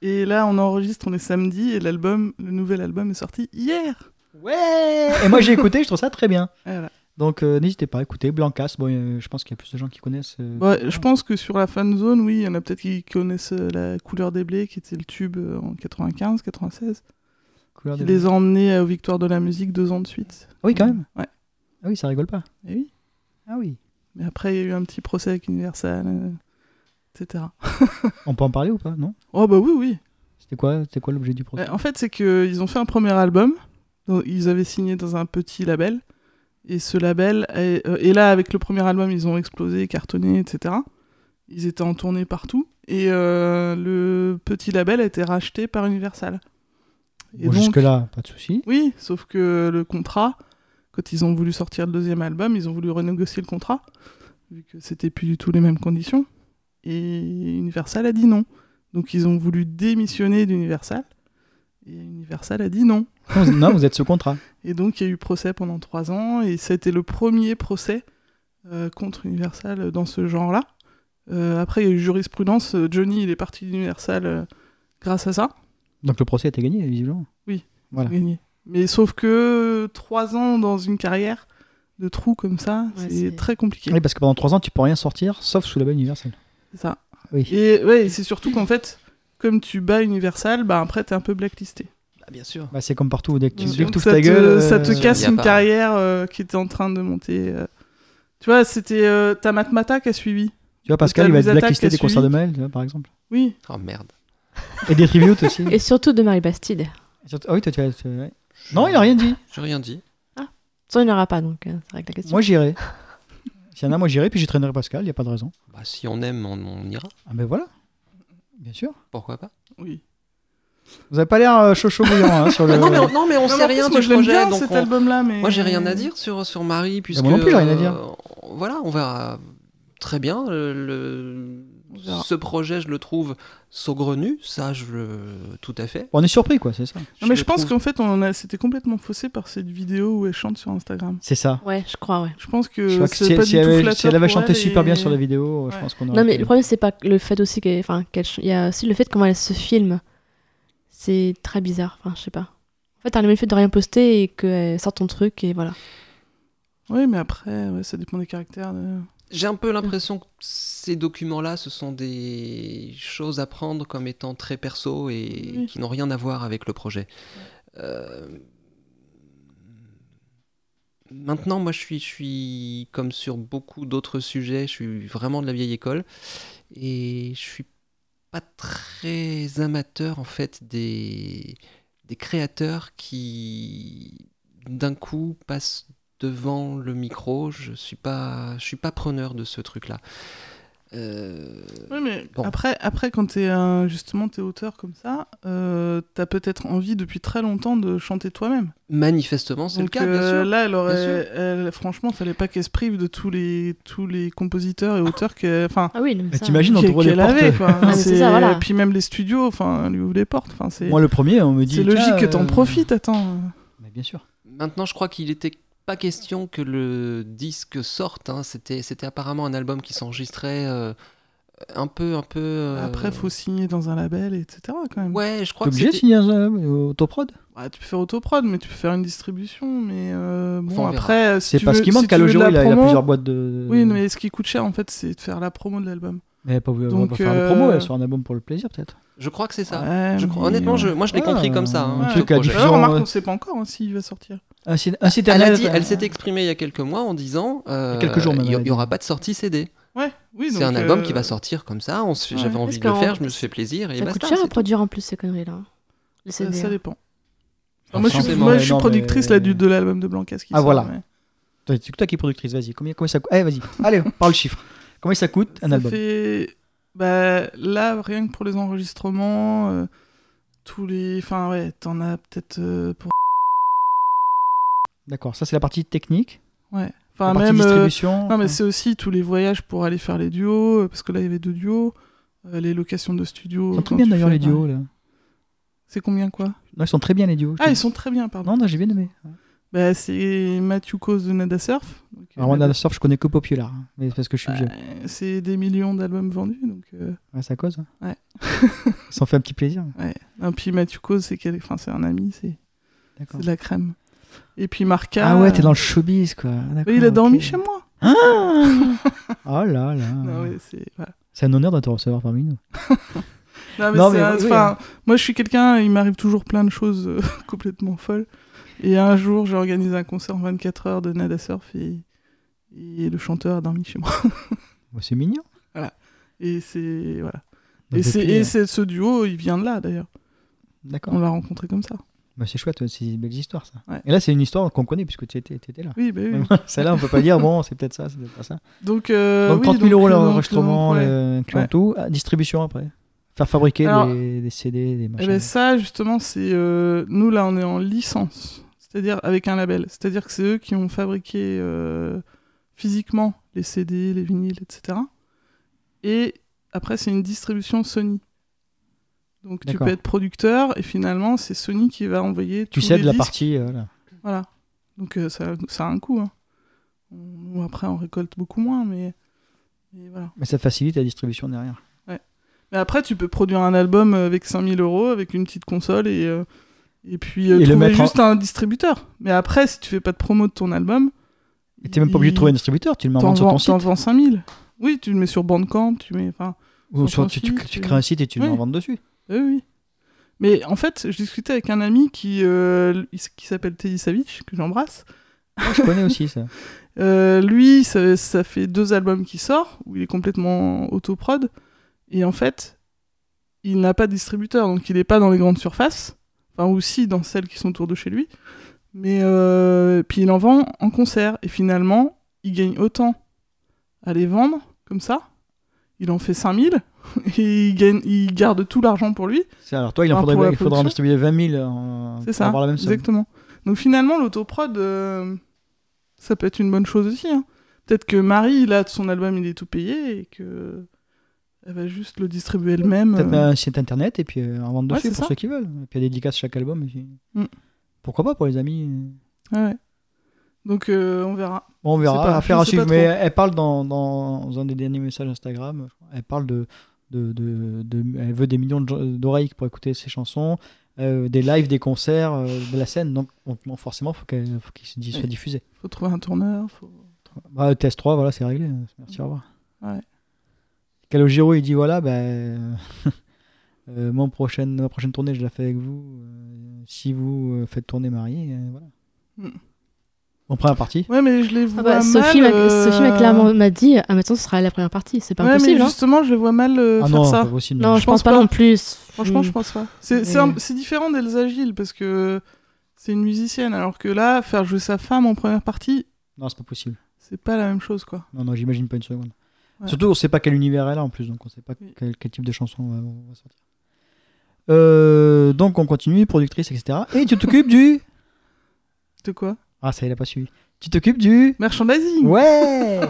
Speaker 4: Et là, on enregistre, on est samedi, et l'album, le nouvel album est sorti hier.
Speaker 1: Ouais [laughs] Et moi j'ai écouté, je trouve ça très bien.
Speaker 4: Voilà.
Speaker 1: Donc euh, n'hésitez pas à écouter Blancas. Bon, euh, je pense qu'il y a plus de gens qui connaissent. euh,
Speaker 4: Bon, je pense que sur la fan zone, oui, il y en a peut-être qui connaissent euh, la couleur des blés, qui était le tube euh, en 95, 96.
Speaker 1: Couleur
Speaker 4: qui
Speaker 1: des-
Speaker 4: les a emmenés euh, aux victoires de la musique deux ans de suite.
Speaker 1: Ah oui, quand même.
Speaker 4: Ouais.
Speaker 1: Ah oui, ça rigole pas.
Speaker 4: Et oui.
Speaker 1: Ah oui.
Speaker 4: Mais après, il y a eu un petit procès avec Universal, euh, etc.
Speaker 1: On peut en parler ou pas Non
Speaker 4: Oh bah oui, oui.
Speaker 1: C'était quoi, c'était quoi l'objet du projet
Speaker 4: Bah, en fait, c'est qu'ils ont fait un premier album. Donc, ils avaient signé dans un petit label. Et ce label. est- euh, et là, avec le premier album, ils ont explosé, cartonné, etc. Ils étaient en tournée partout. Et euh, le petit label a été racheté par Universal. Et
Speaker 1: Bon,
Speaker 4: donc-
Speaker 1: Jusque-là, pas de souci.
Speaker 4: Oui, sauf que le contrat, quand ils ont voulu sortir le deuxième album, ils ont voulu renégocier le contrat, vu que c'était plus du tout les mêmes conditions. Et Universal a dit non. Donc ils ont voulu démissionner d'Universal. Et Universal a dit non.
Speaker 1: Non, vous- non, vous êtes sous contrat.
Speaker 4: Et donc il y a eu procès pendant trois ans, et c'était le premier procès euh, contre Universal dans ce genre-là. Euh, après, il y a eu jurisprudence. euh, Johnny, il est parti d'Universal euh, grâce à ça.
Speaker 1: Donc le procès était gagné, visiblement. Voilà.
Speaker 4: gagné. Mais sauf que euh, trois ans dans une carrière de trou comme ça,
Speaker 2: Ouais,
Speaker 4: c'est
Speaker 2: c'est-
Speaker 4: très compliqué.
Speaker 1: Oui, parce que pendant 3 ans, tu peux rien sortir, sauf sous la banne universelle.
Speaker 4: C'est ça.
Speaker 1: Oui.
Speaker 4: Et ouais, et c'est surtout qu'en fait, comme tu bats Universal, bah après t'es un peu blacklisté.
Speaker 3: Ah, bien sûr.
Speaker 1: Bah, c'est comme partout, dès que tu
Speaker 2: Donc,
Speaker 1: dès que
Speaker 4: Donc
Speaker 1: t'ouvres
Speaker 4: ça
Speaker 1: ta
Speaker 4: te,
Speaker 1: gueule.
Speaker 4: ça
Speaker 1: euh,
Speaker 4: te
Speaker 3: il y
Speaker 4: casse
Speaker 3: a
Speaker 4: une
Speaker 3: pas-
Speaker 4: carrière euh, qui était en train de monter. euh. Tu vois, c'était euh, ta matmata qui a suivi.
Speaker 1: Tu vois, Pascal,
Speaker 4: T'as
Speaker 1: il va
Speaker 4: les
Speaker 1: être
Speaker 4: attaques
Speaker 1: blacklisté
Speaker 4: à
Speaker 1: des concerts de
Speaker 4: suivi.
Speaker 1: Maël, tu vois, par exemple.
Speaker 4: Oui.
Speaker 3: Oh merde.
Speaker 1: [laughs] Et des tributes aussi.
Speaker 2: Et surtout de Marie Bastide.
Speaker 1: Ah oui, toi, tu as- tu- ouais. Non, il a rien dit.
Speaker 3: J'ai rien dit.
Speaker 2: Ça, il n'y en aura pas, donc euh, c'est vrai que la question.
Speaker 1: Moi, j'irai. S'il y en a, moi, j'irai, puis j'y traînerai Pascal, il n'y a pas de raison.
Speaker 3: Bah, si on aime, on, on ira.
Speaker 1: Ah, ben voilà. Bien sûr.
Speaker 3: Pourquoi pas
Speaker 4: Oui.
Speaker 1: Vous n'avez pas l'air euh, chaud chaud bouillant hein, sur [laughs] le.
Speaker 3: Ah non, mais on, non, mais on
Speaker 4: Euh, Non, mais
Speaker 3: sait rien
Speaker 4: en plus, moi,
Speaker 3: du
Speaker 4: je l'aime
Speaker 3: projet.
Speaker 4: bien Bah,
Speaker 3: donc
Speaker 4: cet
Speaker 3: on-
Speaker 4: album-là, mais
Speaker 3: Moi, j'ai rien à dire sur, sur Marie, puisque.
Speaker 1: moi non plus, j'ai rien à dire.
Speaker 3: euh, voilà, on verra très bien. euh, le-
Speaker 4: On verra.
Speaker 3: Ce projet, je le trouve saugrenu, ça, je le. Tout à fait.
Speaker 1: On est surpris, quoi, c'est ça.
Speaker 4: Non, mais
Speaker 3: le
Speaker 4: je pense
Speaker 3: trouve-
Speaker 4: qu'en fait, on a, c'était complètement faussé par cette vidéo où elle chante sur Instagram.
Speaker 1: C'est ça.
Speaker 2: Ouais, je crois, ouais.
Speaker 4: Je pense que
Speaker 1: Je crois que
Speaker 4: Euh, c'est
Speaker 1: si,
Speaker 4: pas
Speaker 1: si
Speaker 4: du
Speaker 1: elle,
Speaker 4: tout
Speaker 1: avait-
Speaker 4: flatteur
Speaker 1: si elle avait
Speaker 4: pour
Speaker 1: chanté
Speaker 4: elle
Speaker 1: super bien
Speaker 4: et-
Speaker 1: sur la vidéo, euh, je
Speaker 4: Ouais.
Speaker 1: pense qu'on aurait.
Speaker 2: Non, mais
Speaker 1: été-
Speaker 2: le problème, c'est pas le fait aussi qu'elle. Enfin, qu'elle ch- Il y a aussi le fait comment elle se filme. C'est très bizarre, enfin, je sais pas. En fait, t'as le même fait de rien poster et qu'elle sort ton truc et voilà.
Speaker 4: Oui, mais après, ouais, ça dépend des caractères. de-
Speaker 3: J'ai un peu l'impression que ces documents-là, ce sont des choses à prendre comme étant très perso et
Speaker 4: Oui.
Speaker 3: qui n'ont rien à voir avec le projet. Euh, Maintenant, moi, je suis, je suis, comme sur beaucoup d'autres sujets, je suis vraiment de la vieille école et je suis pas très amateur en fait des, des créateurs qui d'un coup passent devant le micro, je suis pas, je suis pas preneur de ce truc-là. Euh,
Speaker 4: Oui, mais
Speaker 3: Bon.
Speaker 4: après, après, quand t'es un- justement t'es auteur comme ça, euh, t'as peut-être envie depuis très longtemps de chanter toi-même.
Speaker 3: manifestement, c'est le
Speaker 4: Donc
Speaker 3: cas, bien
Speaker 4: euh,
Speaker 3: sûr.
Speaker 4: là, elle
Speaker 3: Bien
Speaker 4: aurait, elle, franchement, fallait pas qu'elle se prive de tous les tous les compositeurs et auteurs que, enfin,
Speaker 2: Ah oui, non, mais
Speaker 1: Mais
Speaker 2: ça-
Speaker 1: T'imagines, on
Speaker 4: qu'elle
Speaker 1: t'ouvre les
Speaker 4: qu'elle
Speaker 1: portes.
Speaker 4: avait. Quoi.
Speaker 3: Ah,
Speaker 2: mais c'est ça, voilà.
Speaker 4: Et puis même les studios, enfin, elle lui ouvre les portes. Enfin, c'est
Speaker 1: Moi, le premier, on me dit.
Speaker 4: c'est logique
Speaker 1: tiens,
Speaker 4: que t'en
Speaker 1: euh,
Speaker 4: profites. Attends.
Speaker 1: Mais bien sûr.
Speaker 3: Maintenant, je crois qu'il était pas question que le disque sorte. hein. C'était, c'était apparemment un album qui s'enregistrait euh, un peu, un peu. euh,
Speaker 4: Après, faut signer dans un label, etc. Quand même.
Speaker 3: Ouais, je crois
Speaker 1: T'es
Speaker 3: que
Speaker 1: obligé de
Speaker 3: c'était-
Speaker 1: signer un euh, autoprod
Speaker 4: Bah, tu peux faire autoprod, mais tu peux faire une distribution. Mais euh, bon,
Speaker 3: Enfin, on verra.
Speaker 4: après, euh, si
Speaker 1: C'est
Speaker 4: tu
Speaker 1: pas ce
Speaker 4: veux-
Speaker 1: qui manque.
Speaker 4: si tu veux de
Speaker 1: Calogero,
Speaker 4: la
Speaker 1: il a il a
Speaker 4: promo,
Speaker 1: plusieurs boîtes de.
Speaker 4: Oui, mais ce qui coûte cher, en fait, c'est de faire la promo de l'album.
Speaker 1: Mais pas, on va
Speaker 4: Donc,
Speaker 1: pas faire de
Speaker 4: euh,
Speaker 1: promo, elle sort un album pour le plaisir peut-être.
Speaker 3: Je crois que c'est ça.
Speaker 4: Ouais,
Speaker 3: Je
Speaker 4: mais-
Speaker 3: crois- Honnêtement, je- moi, je l'ai
Speaker 1: Ouais,
Speaker 3: compris comme ça. hein,
Speaker 1: ah, un
Speaker 3: ce
Speaker 4: truc
Speaker 1: à
Speaker 3: projet.
Speaker 1: diffuser.
Speaker 4: Alors, remarque,
Speaker 1: euh,
Speaker 4: on sait pas encore hein, s'il va sortir.
Speaker 1: Un site, Ah, un site
Speaker 3: Elle, a
Speaker 1: internet,
Speaker 3: dit-
Speaker 1: euh,
Speaker 3: elle s'est exprimée il y a quelques mois en disant euh,
Speaker 1: Il y a quelques jours même,
Speaker 3: il y-
Speaker 1: elle a
Speaker 3: il y aura
Speaker 1: dit.
Speaker 3: pas de sortie CD.
Speaker 4: Ouais, [laughs] oui.
Speaker 3: C'est
Speaker 4: donc,
Speaker 3: un album
Speaker 4: euh,
Speaker 3: qui va sortir comme ça. on se-
Speaker 4: Ouais.
Speaker 3: J'avais
Speaker 2: Parce
Speaker 3: envie de le
Speaker 2: qu'en-
Speaker 3: faire, je me suis fait plaisir et
Speaker 2: Ça
Speaker 3: basta.
Speaker 2: coûte cher à
Speaker 3: c'est tout.
Speaker 2: produire en plus ces conneries-là. hein. Les
Speaker 4: Ça,
Speaker 2: CD,
Speaker 4: ça
Speaker 2: hein.
Speaker 4: dépend. Enfin, moi, je suis,
Speaker 3: forcément,
Speaker 4: moi, je suis
Speaker 1: non, mais-
Speaker 4: productrice là, du, de l'album de Blancas qui
Speaker 1: Ah,
Speaker 4: sort,
Speaker 1: voilà.
Speaker 4: mais
Speaker 1: Toi, C'est toi qui es productrice, vas-y. Combien, combien ça coûte Allez, vas-y.
Speaker 4: [laughs]
Speaker 1: Allez, parle chiffre. Combien ça coûte un
Speaker 4: ça
Speaker 1: album
Speaker 4: fait- bah, là, rien que pour les enregistrements, euh, tous les. Enfin, ouais, t'en as peut-être euh, pour.
Speaker 1: D'accord, ça c'est la partie technique.
Speaker 4: Ouais.
Speaker 1: la
Speaker 4: Enfin,
Speaker 1: partie
Speaker 4: même. euh,
Speaker 1: distribution.
Speaker 4: Non, mais
Speaker 1: enfin.
Speaker 4: c'est aussi tous les voyages pour aller faire les duos, euh, parce que là, il y avait deux duos, euh, les locations de studio.
Speaker 1: Ils sont très
Speaker 4: quand
Speaker 1: bien
Speaker 4: tu
Speaker 1: d'ailleurs
Speaker 4: fais-
Speaker 1: les duos là.
Speaker 4: C'est combien quoi
Speaker 1: Non, ils sont très bien les duos.
Speaker 4: Ah, ils sont très bien, pardon.
Speaker 1: Non, non, j'ai bien aimé.
Speaker 4: Bah, c'est Mathieu Cause de Nada Surf. Donc, euh,
Speaker 1: Alors, moi,
Speaker 4: Nada-
Speaker 1: dans le surf, je connais que Popular, hein, mais c'est parce que je suis vieux.
Speaker 4: Euh, C'est des millions d'albums vendus, donc. euh,
Speaker 1: Ouais, c'est à cause. hein.
Speaker 4: Ouais.
Speaker 1: [laughs] Ils s'en fait un petit plaisir.
Speaker 4: Et puis Mathieu Cause, c'est quel... enfin, c'est un ami, c'est c'est
Speaker 1: D'accord.
Speaker 4: de la crème. Et puis Marca.
Speaker 1: Ah ouais, t'es
Speaker 4: euh,
Speaker 1: dans le showbiz quoi. D'accord,
Speaker 4: oui, il a
Speaker 1: ok.
Speaker 4: dormi chez moi.
Speaker 1: Oh là là.
Speaker 4: Non, ouais, c'est voilà.
Speaker 1: C'est un honneur de te recevoir parmi nous.
Speaker 4: Non, mais
Speaker 1: Non,
Speaker 4: c'est
Speaker 1: mais
Speaker 4: un-
Speaker 1: oui,
Speaker 4: enfin, Moi, je suis quelqu'un, il m'arrive toujours plein de choses euh, [laughs] complètement folles. Et un jour, j'ai organisé un concert en 24 heures de Nada Surf et, et le chanteur a dormi chez moi.
Speaker 1: Bon, Bah, c'est mignon.
Speaker 4: Et c'est. Voilà.
Speaker 1: Donc,
Speaker 4: et c'est-
Speaker 1: depuis,
Speaker 4: et
Speaker 1: euh,
Speaker 4: c'est- ce duo, il vient de là d'ailleurs.
Speaker 1: D'accord.
Speaker 4: On l'a rencontré comme ça.
Speaker 1: Mmh. Bah, c'est chouette, c'est des belles histoires ça.
Speaker 4: Ouais.
Speaker 1: Et là, c'est une histoire qu'on connaît puisque tu étais, t'étais là.
Speaker 4: Oui, bah oui.
Speaker 1: [laughs] Celle-là, on peut pas dire, bon, c'est peut-être ça, c'est peut-être pas ça.
Speaker 4: Donc, euh,
Speaker 1: donc
Speaker 4: oui,
Speaker 1: 30 000 euros
Speaker 4: donc, donc,
Speaker 1: l'enregistrement,
Speaker 4: donc, ouais.
Speaker 1: le- incluant
Speaker 4: Ouais.
Speaker 1: tout, Ah, distribution après. Faire fabriquer
Speaker 4: Alors,
Speaker 1: des, des CD, des
Speaker 4: Eh
Speaker 1: machins.
Speaker 4: ben ça, justement, c'est euh, nous là, on est en licence, c'est-à-dire avec un label. C'est-à-dire que c'est eux qui ont fabriqué euh, physiquement les CD, les vinyles, etc. Et après, c'est une distribution Sony. Donc tu
Speaker 1: D'accord.
Speaker 4: peux être producteur et finalement, c'est Sony qui va envoyer.
Speaker 1: tu
Speaker 4: tous
Speaker 1: cèdes
Speaker 4: les
Speaker 1: la
Speaker 4: disques.
Speaker 1: partie. euh, voilà.
Speaker 4: Voilà. Donc euh, ça, ça a un coût. hein. Nous, après, on récolte beaucoup moins, mais, mais voilà.
Speaker 1: Mais ça facilite la distribution derrière.
Speaker 4: Mais après, tu peux produire un album avec 5000 euros, avec une petite console et, euh, et puis euh,
Speaker 1: Et le
Speaker 4: trouver
Speaker 1: mettre en-
Speaker 4: juste un distributeur. Mais après, si tu fais pas de promo de ton album.
Speaker 1: Et t'es même pas obligé de trouver un distributeur, tu le mets en vente sur
Speaker 4: T'en
Speaker 1: ton
Speaker 4: vends- t'en
Speaker 1: site.
Speaker 4: vends 5000. Oui, tu le mets sur Bandcamp, tu mets. Enfin,
Speaker 1: Ou
Speaker 4: sur
Speaker 1: sur-
Speaker 4: ton
Speaker 1: tu, tu-
Speaker 4: site,
Speaker 1: tu
Speaker 4: tu-
Speaker 1: crées un site et tu le mets
Speaker 4: Oui.
Speaker 1: en vente dessus.
Speaker 4: oui, oui. Mais en fait, je discutais avec un ami qui, euh, qui s'appelle Teddy Savich, que j'embrasse.
Speaker 1: Je connais aussi
Speaker 4: [laughs]
Speaker 1: ça.
Speaker 4: Euh, lui, ça, ça fait deux albums qu'il sort, où il est complètement autoprod. Et en fait, il n'a pas de distributeur, donc il n'est pas dans les grandes surfaces. Enfin, aussi dans celles qui sont autour de chez lui. Mais euh, puis il en vend en concert. Et finalement, il gagne autant à les vendre, comme ça. Il en fait 5000. [laughs] Et il, gagne, il garde tout l'argent pour lui.
Speaker 1: C'est- Alors toi, il, en
Speaker 4: Ah,
Speaker 1: faudrait,
Speaker 4: pour la
Speaker 1: il faudra en
Speaker 4: production.
Speaker 1: distribuer 20 000 en-
Speaker 4: C'est
Speaker 1: pour
Speaker 4: ça.
Speaker 1: avoir la même somme.
Speaker 4: Exactement. Donc finalement, l'autoprod, euh, ça peut être une bonne chose aussi. hein. Peut-être que Marie, là, de son album, il est tout payé et que elle va juste le distribuer elle-même.
Speaker 1: Peut-être
Speaker 4: euh.
Speaker 1: un site internet et puis euh, en vente
Speaker 4: Ouais,
Speaker 1: dessus
Speaker 4: c'est
Speaker 1: pour
Speaker 4: ça.
Speaker 1: ceux qui veulent. Et puis il y a des dédicaces chaque album. et puis-
Speaker 4: Mm.
Speaker 1: Pourquoi pas pour les amis euh.
Speaker 4: Ouais, ouais. Donc euh, on verra.
Speaker 1: Bon, on verra.
Speaker 4: pas-
Speaker 1: à faire
Speaker 4: je
Speaker 1: à
Speaker 4: sais
Speaker 1: suivre.
Speaker 4: pas
Speaker 1: Mais
Speaker 4: trop.
Speaker 1: elle parle dans, dans un des derniers messages Instagram. Elle parle de, de, de, de- elle veut des millions de gens- d'oreilles pour écouter ses chansons, euh, des lives, des concerts, euh, de la scène. Donc bon, bon, forcément, faut qu'elle faut qu'il se dise- soit
Speaker 4: Oui.
Speaker 1: diffusé.
Speaker 4: Faut trouver un tourneur. faut-
Speaker 1: Bah, test 3, voilà, c'est réglé. Merci, au revoir.
Speaker 4: Ouais.
Speaker 1: Calogero, il dit voilà, ben, [laughs] euh, mon prochaine, ma prochaine tournée, je la fais avec vous. euh, si vous euh, faites tourner Marie, euh, voilà.
Speaker 4: Mm.
Speaker 1: On prend la partie.
Speaker 4: Ouais, mais je les vois
Speaker 2: Ah bah,
Speaker 4: mal.
Speaker 2: Sophie m'a
Speaker 4: euh,
Speaker 2: Sophie m'a clairement m'a dit ah maintenant ce sera la première partie c'est pas
Speaker 4: Ouais, mais
Speaker 2: impossible hein.
Speaker 4: justement, je les vois mal euh,
Speaker 1: ah
Speaker 4: faire
Speaker 1: non,
Speaker 4: ça.
Speaker 1: pas possible.
Speaker 2: non je, pense pas, non plus
Speaker 4: Franchement, je
Speaker 2: Hmm.
Speaker 4: pense pas. C'est c'est un- c'est différent d'Elsa Gilles parce que c'est une musicienne, alors que là, faire jouer sa femme en première partie,
Speaker 1: Non, c'est pas possible.
Speaker 4: c'est pas la même chose, quoi.
Speaker 1: Non, non, j'imagine pas une seconde.
Speaker 4: Ouais.
Speaker 1: Surtout, on sait pas quel univers elle a en plus, donc on sait pas
Speaker 4: Oui.
Speaker 1: quel, quel type de chanson on va, on va sortir. Euh, donc on continue, productrice, etc. Et tu t'occupes du.
Speaker 4: De quoi
Speaker 1: Ah, ça, il a pas suivi. Tu t'occupes du. [laughs]
Speaker 4: Merchandising
Speaker 1: Ouais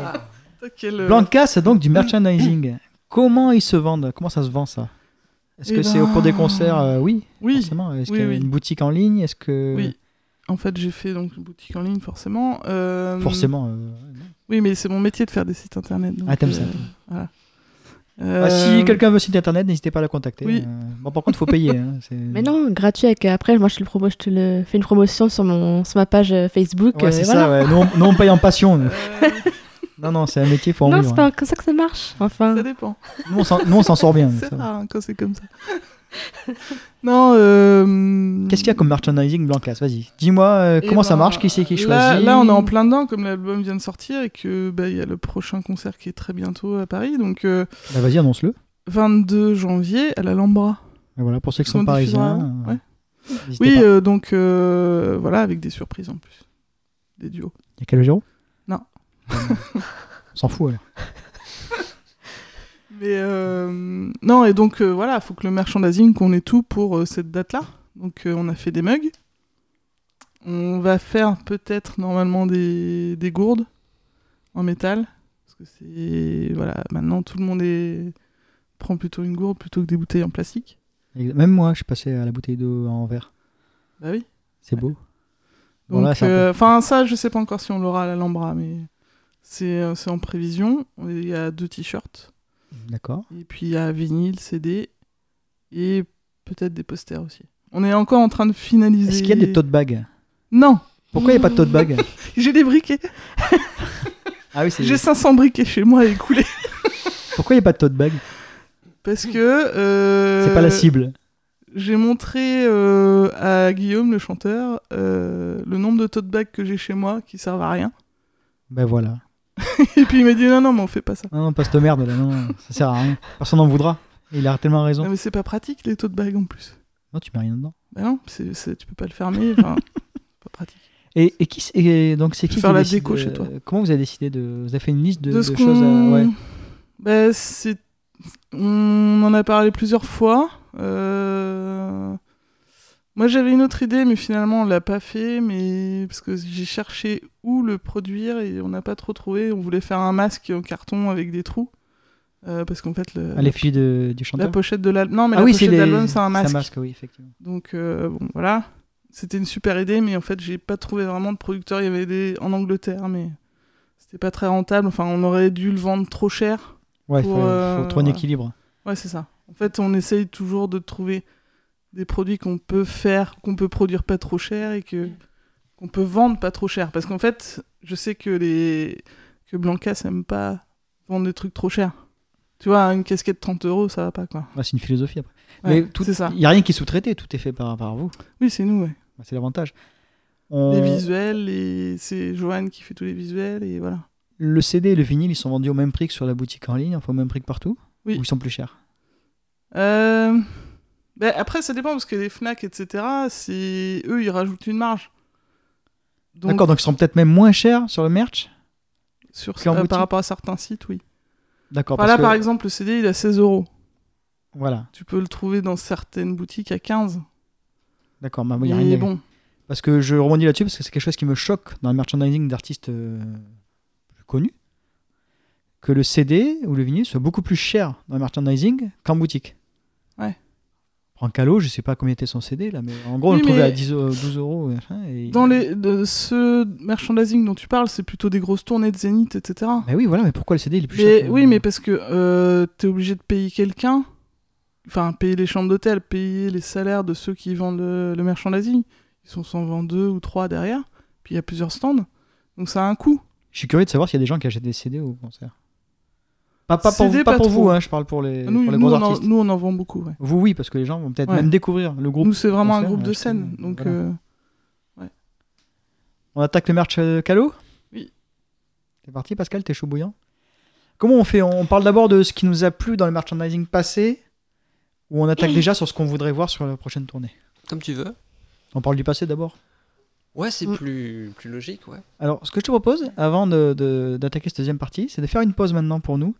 Speaker 4: Toi, quel, euh,
Speaker 1: Blanca, c'est donc
Speaker 4: [clears throat]
Speaker 1: du merchandising. Comment ils se vendent Comment ça se vend ça Est-ce
Speaker 4: Eh
Speaker 1: que c'est au cours des
Speaker 4: ben,
Speaker 1: concerts Euh, Oui,
Speaker 4: Oui,
Speaker 1: forcément. Est-ce
Speaker 4: oui,
Speaker 1: qu'il y a
Speaker 4: oui.
Speaker 1: une boutique en ligne Est-ce que.
Speaker 4: oui. En fait, j'ai fait donc une boutique en ligne, forcément. Euh,
Speaker 1: Forcément. euh, non.
Speaker 4: Oui, mais c'est mon métier de faire des sites internet. donc,
Speaker 1: Ah, t'aimes ça,
Speaker 4: euh,
Speaker 1: toi.
Speaker 4: Voilà.
Speaker 1: Ah,
Speaker 4: Euh,
Speaker 1: si quelqu'un veut site internet, n'hésitez pas à la contacter.
Speaker 4: oui.
Speaker 1: Euh, Bon, par contre, faut payer. hein, c'est-
Speaker 2: [laughs] mais non gratuit avec après moi je te le promo- je te le fais une promotion sur mon sur ma page euh, Facebook
Speaker 1: Ouais,
Speaker 2: euh,
Speaker 1: c'est
Speaker 2: voilà.
Speaker 1: ça, ouais. Nous, on- nous, on paye en passion. nous.
Speaker 4: euh,
Speaker 1: Non, non, c'est un métier, faut en
Speaker 2: non
Speaker 1: vivre.
Speaker 2: c'est
Speaker 1: hein.
Speaker 2: pas comme ça que ça marche enfin
Speaker 4: [laughs] ça dépend.
Speaker 1: Nous, on s'en- nous, on s'en sort
Speaker 2: [laughs]
Speaker 1: bien.
Speaker 4: C'est
Speaker 1: Ah, ça va.
Speaker 4: rare hein, quand c'est comme ça. [laughs] non. euh,
Speaker 1: Qu'est-ce qu'il y a comme merchandising Blancas Vas-y, dis-moi euh,
Speaker 4: Eh
Speaker 1: comment ça
Speaker 4: ben,
Speaker 1: marche, qui c'est qui choisit
Speaker 4: là, là, on est en plein dedans, comme l'album vient de sortir et que bah, il y a le prochain concert qui est très bientôt à Paris. Donc, euh,
Speaker 1: Bah, Vas-y, annonce-le.
Speaker 4: 22 janvier à la Lambra.
Speaker 1: Et Voilà, pour ceux qui
Speaker 4: Qu'on
Speaker 1: sont
Speaker 4: diffusera
Speaker 1: parisiens.
Speaker 4: avant,
Speaker 1: euh,
Speaker 4: ouais.
Speaker 1: n'hésitez
Speaker 4: Oui,
Speaker 1: pas.
Speaker 4: euh, donc euh, voilà, avec des surprises en plus. Des duos.
Speaker 1: Il y a Calogero
Speaker 4: Non.
Speaker 1: Ah, non. On s'en fout alors.
Speaker 4: Mais euh, non, et donc euh, voilà, faut que le merchandising, qu'on ait tout pour euh, cette date-là. Donc euh, on a fait des mugs. On va faire peut-être normalement des, des gourdes en métal. Parce que c'est. Voilà, maintenant tout le monde est... prend plutôt une gourde plutôt que des bouteilles en plastique.
Speaker 1: Et Même moi, je suis passé à la bouteille d'eau en verre.
Speaker 4: Bah oui.
Speaker 1: C'est beau.
Speaker 4: Donc,
Speaker 1: Voilà, c'est un peu-
Speaker 4: euh, enfin, ça, je sais pas encore si on l'aura à l'Alhambra, mais c'est euh, c'est en prévision. Il y a deux t-shirts.
Speaker 1: D'accord.
Speaker 4: Et puis il y a vinyle, CD et peut-être des posters aussi. On est encore en train de finaliser.
Speaker 1: Est-ce qu'il y a des tote bags
Speaker 4: Non, [laughs]
Speaker 1: Pourquoi il n'y a pas de tote bag
Speaker 4: j'ai des briquets.
Speaker 1: Ah oui, c'est
Speaker 4: J'ai 500 briquets chez moi
Speaker 1: [laughs]
Speaker 4: à écouler.
Speaker 1: Pourquoi il n'y a pas de tote bag
Speaker 4: Parce que. euh,
Speaker 1: C'est pas la cible.
Speaker 4: J'ai montré euh, à Guillaume, le chanteur, euh, le nombre de tote bags que j'ai chez moi qui servent à rien. [laughs]
Speaker 1: Ben voilà.
Speaker 4: Et puis il m'a dit non, non, mais on fait pas ça.
Speaker 1: Non, non, pas cette merde là, non, non, ça sert à rien. Personne n'en voudra. Et il a tellement
Speaker 4: Non,
Speaker 1: raison.
Speaker 4: mais c'est pas pratique les tote bags en plus.
Speaker 1: Non, tu mets rien dedans.
Speaker 4: Bah non, c'est- c'est- tu peux pas le fermer.
Speaker 1: [laughs]
Speaker 4: enfin, c'est pas pratique.
Speaker 1: Et, et qui c'est- et donc c'est
Speaker 4: Je
Speaker 1: qui
Speaker 4: vais
Speaker 1: qui
Speaker 4: faire la
Speaker 1: décide,
Speaker 4: déco chez
Speaker 1: euh,
Speaker 4: toi.
Speaker 1: Comment vous avez décidé de vous avez fait une liste de,
Speaker 4: De ce
Speaker 1: de choses à-
Speaker 4: qu'on-
Speaker 1: ouais.
Speaker 4: Bah, c'est On en a parlé plusieurs fois. Euh, Moi, j'avais une autre idée, mais finalement, on l'a pas fait. Mais parce que j'ai cherché où le produire et on n'a pas trop trouvé. On voulait faire un masque en carton avec des trous, Euh, parce qu'en fait, le-
Speaker 1: À l'effigie de- du
Speaker 4: la
Speaker 1: chanteur.
Speaker 4: pochette de l'album, non, mais
Speaker 1: ah
Speaker 4: la
Speaker 1: oui, c'est
Speaker 4: pochette
Speaker 1: les-
Speaker 4: d'album, c'est un masque.
Speaker 1: oui, effectivement.
Speaker 4: Donc euh, bon, voilà, c'était une super idée, mais en fait, j'ai pas trouvé vraiment de producteur. Il y avait des en Angleterre, mais c'était pas très rentable. Enfin, on aurait dû le vendre trop cher.
Speaker 1: Ouais,
Speaker 4: Pour,
Speaker 1: faut,
Speaker 4: euh,
Speaker 1: faut trouver un
Speaker 4: voilà.
Speaker 1: équilibre.
Speaker 4: Ouais, c'est ça. En fait, on essaye toujours de trouver des produits qu'on peut faire, qu'on peut produire pas trop cher et que qu'on peut vendre pas trop cher. Parce qu'en fait, je sais que les que Blanca aime pas vendre des trucs trop chers. Tu vois, une casquette 30 euros, ça va pas quoi.
Speaker 1: Ouais, Ah, c'est une philosophie après.
Speaker 4: Ouais,
Speaker 1: Mais tout,
Speaker 4: c'est ça.
Speaker 1: il n'y a rien qui est sous-traité, tout est fait par, par vous.
Speaker 4: Oui, c'est nous. Ouais.
Speaker 1: Bah, C'est l'avantage.
Speaker 4: Les
Speaker 1: On-
Speaker 4: visuels, les... c'est Joanne qui fait tous les visuels et voilà.
Speaker 1: Le CD et le vinyle, ils sont vendus au même prix que sur la boutique en ligne, enfin au même prix que partout
Speaker 4: Oui.
Speaker 1: Ou ils sont plus chers
Speaker 4: Euh, ben, après, ça dépend parce que les Fnac, etc. C'est eux, ils rajoutent une marge. Donc,
Speaker 1: D'accord, donc ils seront peut-être même moins chers sur le merch
Speaker 4: sur
Speaker 1: qu'en
Speaker 4: euh,
Speaker 1: boutique.
Speaker 4: par rapport à certains sites, oui.
Speaker 1: D'accord,
Speaker 4: Enfin, là,
Speaker 1: parce
Speaker 4: par
Speaker 1: que-
Speaker 4: exemple, le CD, il a 16 euros.
Speaker 1: Voilà,
Speaker 4: Tu peux le trouver dans certaines boutiques à 15.
Speaker 1: d'accord, Ah, mais il
Speaker 4: Mais
Speaker 1: y a rien à-
Speaker 4: bon,
Speaker 1: Parce que je rebondis là-dessus, parce que c'est quelque chose qui me choque dans le merchandising d'artistes euh, plus connus, que le CD ou le vinyle soit beaucoup plus cher dans le merchandising qu'en boutique.
Speaker 4: Ouais.
Speaker 1: Prends Calo, je sais pas combien était son CD là, mais en gros on
Speaker 4: Oui,
Speaker 1: le trouvait
Speaker 4: mais-
Speaker 1: à 10, euros, 12 euros. machin, Et...
Speaker 4: dans les, de ce merchandising dont tu parles, c'est plutôt des grosses tournées de Zénith, etc.
Speaker 1: Mais oui, voilà, mais pourquoi le CD il est plus
Speaker 4: Mais-
Speaker 1: cher que-
Speaker 4: oui, mais parce que euh, t'es obligé de payer quelqu'un, enfin payer les chambres d'hôtel, payer les salaires de ceux qui vendent le, le merchandising. Ils sont 122 ou 3 derrière, puis il y a plusieurs stands, donc ça a un coût.
Speaker 1: Je suis curieux de savoir s'il y a des gens qui achètent des CD au concert. Pas, pas pour,
Speaker 4: CD,
Speaker 1: vous- pas
Speaker 4: pas
Speaker 1: pour
Speaker 4: trop. Ah,
Speaker 1: vous, hein, je parle pour les,
Speaker 4: Nous,
Speaker 1: pour les
Speaker 4: nous,
Speaker 1: gros
Speaker 4: on en,
Speaker 1: artistes.
Speaker 4: nous, on en vend beaucoup. ouais.
Speaker 1: Vous, oui, parce que les gens vont peut-être
Speaker 4: Ouais.
Speaker 1: même découvrir le groupe.
Speaker 4: Nous, c'est vraiment un
Speaker 1: concert,
Speaker 4: groupe de
Speaker 1: acheter,
Speaker 4: scène,
Speaker 1: euh,
Speaker 4: donc
Speaker 1: voilà.
Speaker 4: euh,
Speaker 1: On attaque le merch euh, Calo
Speaker 4: Oui.
Speaker 1: C'est parti, Pascal, t'es chaud bouillant Comment on fait On parle d'abord de ce qui nous a plu dans le merchandising passé ou on attaque déjà sur ce qu'on voudrait voir sur la prochaine tournée
Speaker 3: Comme tu veux.
Speaker 1: On parle du passé d'abord.
Speaker 3: Ouais, c'est
Speaker 2: Mm.
Speaker 3: plus, plus logique, ouais.
Speaker 1: Alors, ce que je te propose, avant de- de- d'attaquer cette deuxième partie, c'est de faire une pause maintenant pour nous.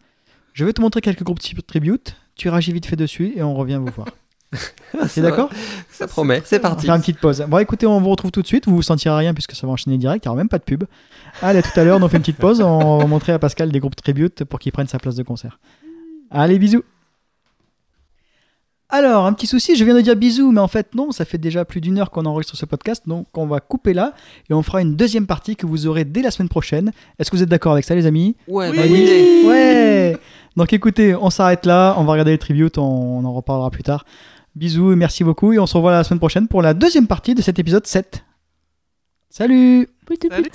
Speaker 1: Je vais te montrer quelques groupes tri- tribute, tu réagis vite fait dessus et on revient vous voir. T'es
Speaker 3: Ça va,
Speaker 1: d'accord
Speaker 3: Ça promet, c'est
Speaker 1: On va
Speaker 3: parti.
Speaker 1: faire une petite pause. Bon, écoutez, on vous retrouve tout de suite. Vous vous sentirez rien puisque ça va enchaîner direct. Il n'y aura même pas de pub. Allez, à tout à l'heure. On fait une petite pause. On va montrer à Pascal des groupes tribute pour qu'il prenne sa place de concert. Allez, bisous. Alors, un petit souci, je viens de dire bisous, mais en fait, non, ça fait déjà plus d'une heure qu'on enregistre ce podcast, donc on va couper là et on fera une deuxième partie que vous aurez dès la semaine prochaine. Est-ce que vous êtes d'accord avec ça, les amis
Speaker 3: Ouais,
Speaker 4: Oui.
Speaker 3: bonne idée.
Speaker 1: Ouais [laughs] Donc écoutez, on s'arrête là, on va regarder les tributes, on, on en reparlera plus tard. Bisous et merci beaucoup et on se revoit la semaine prochaine pour la deuxième partie de cet épisode 7. Salut
Speaker 2: Pouit, pouit,
Speaker 4: Salut.
Speaker 2: pouit.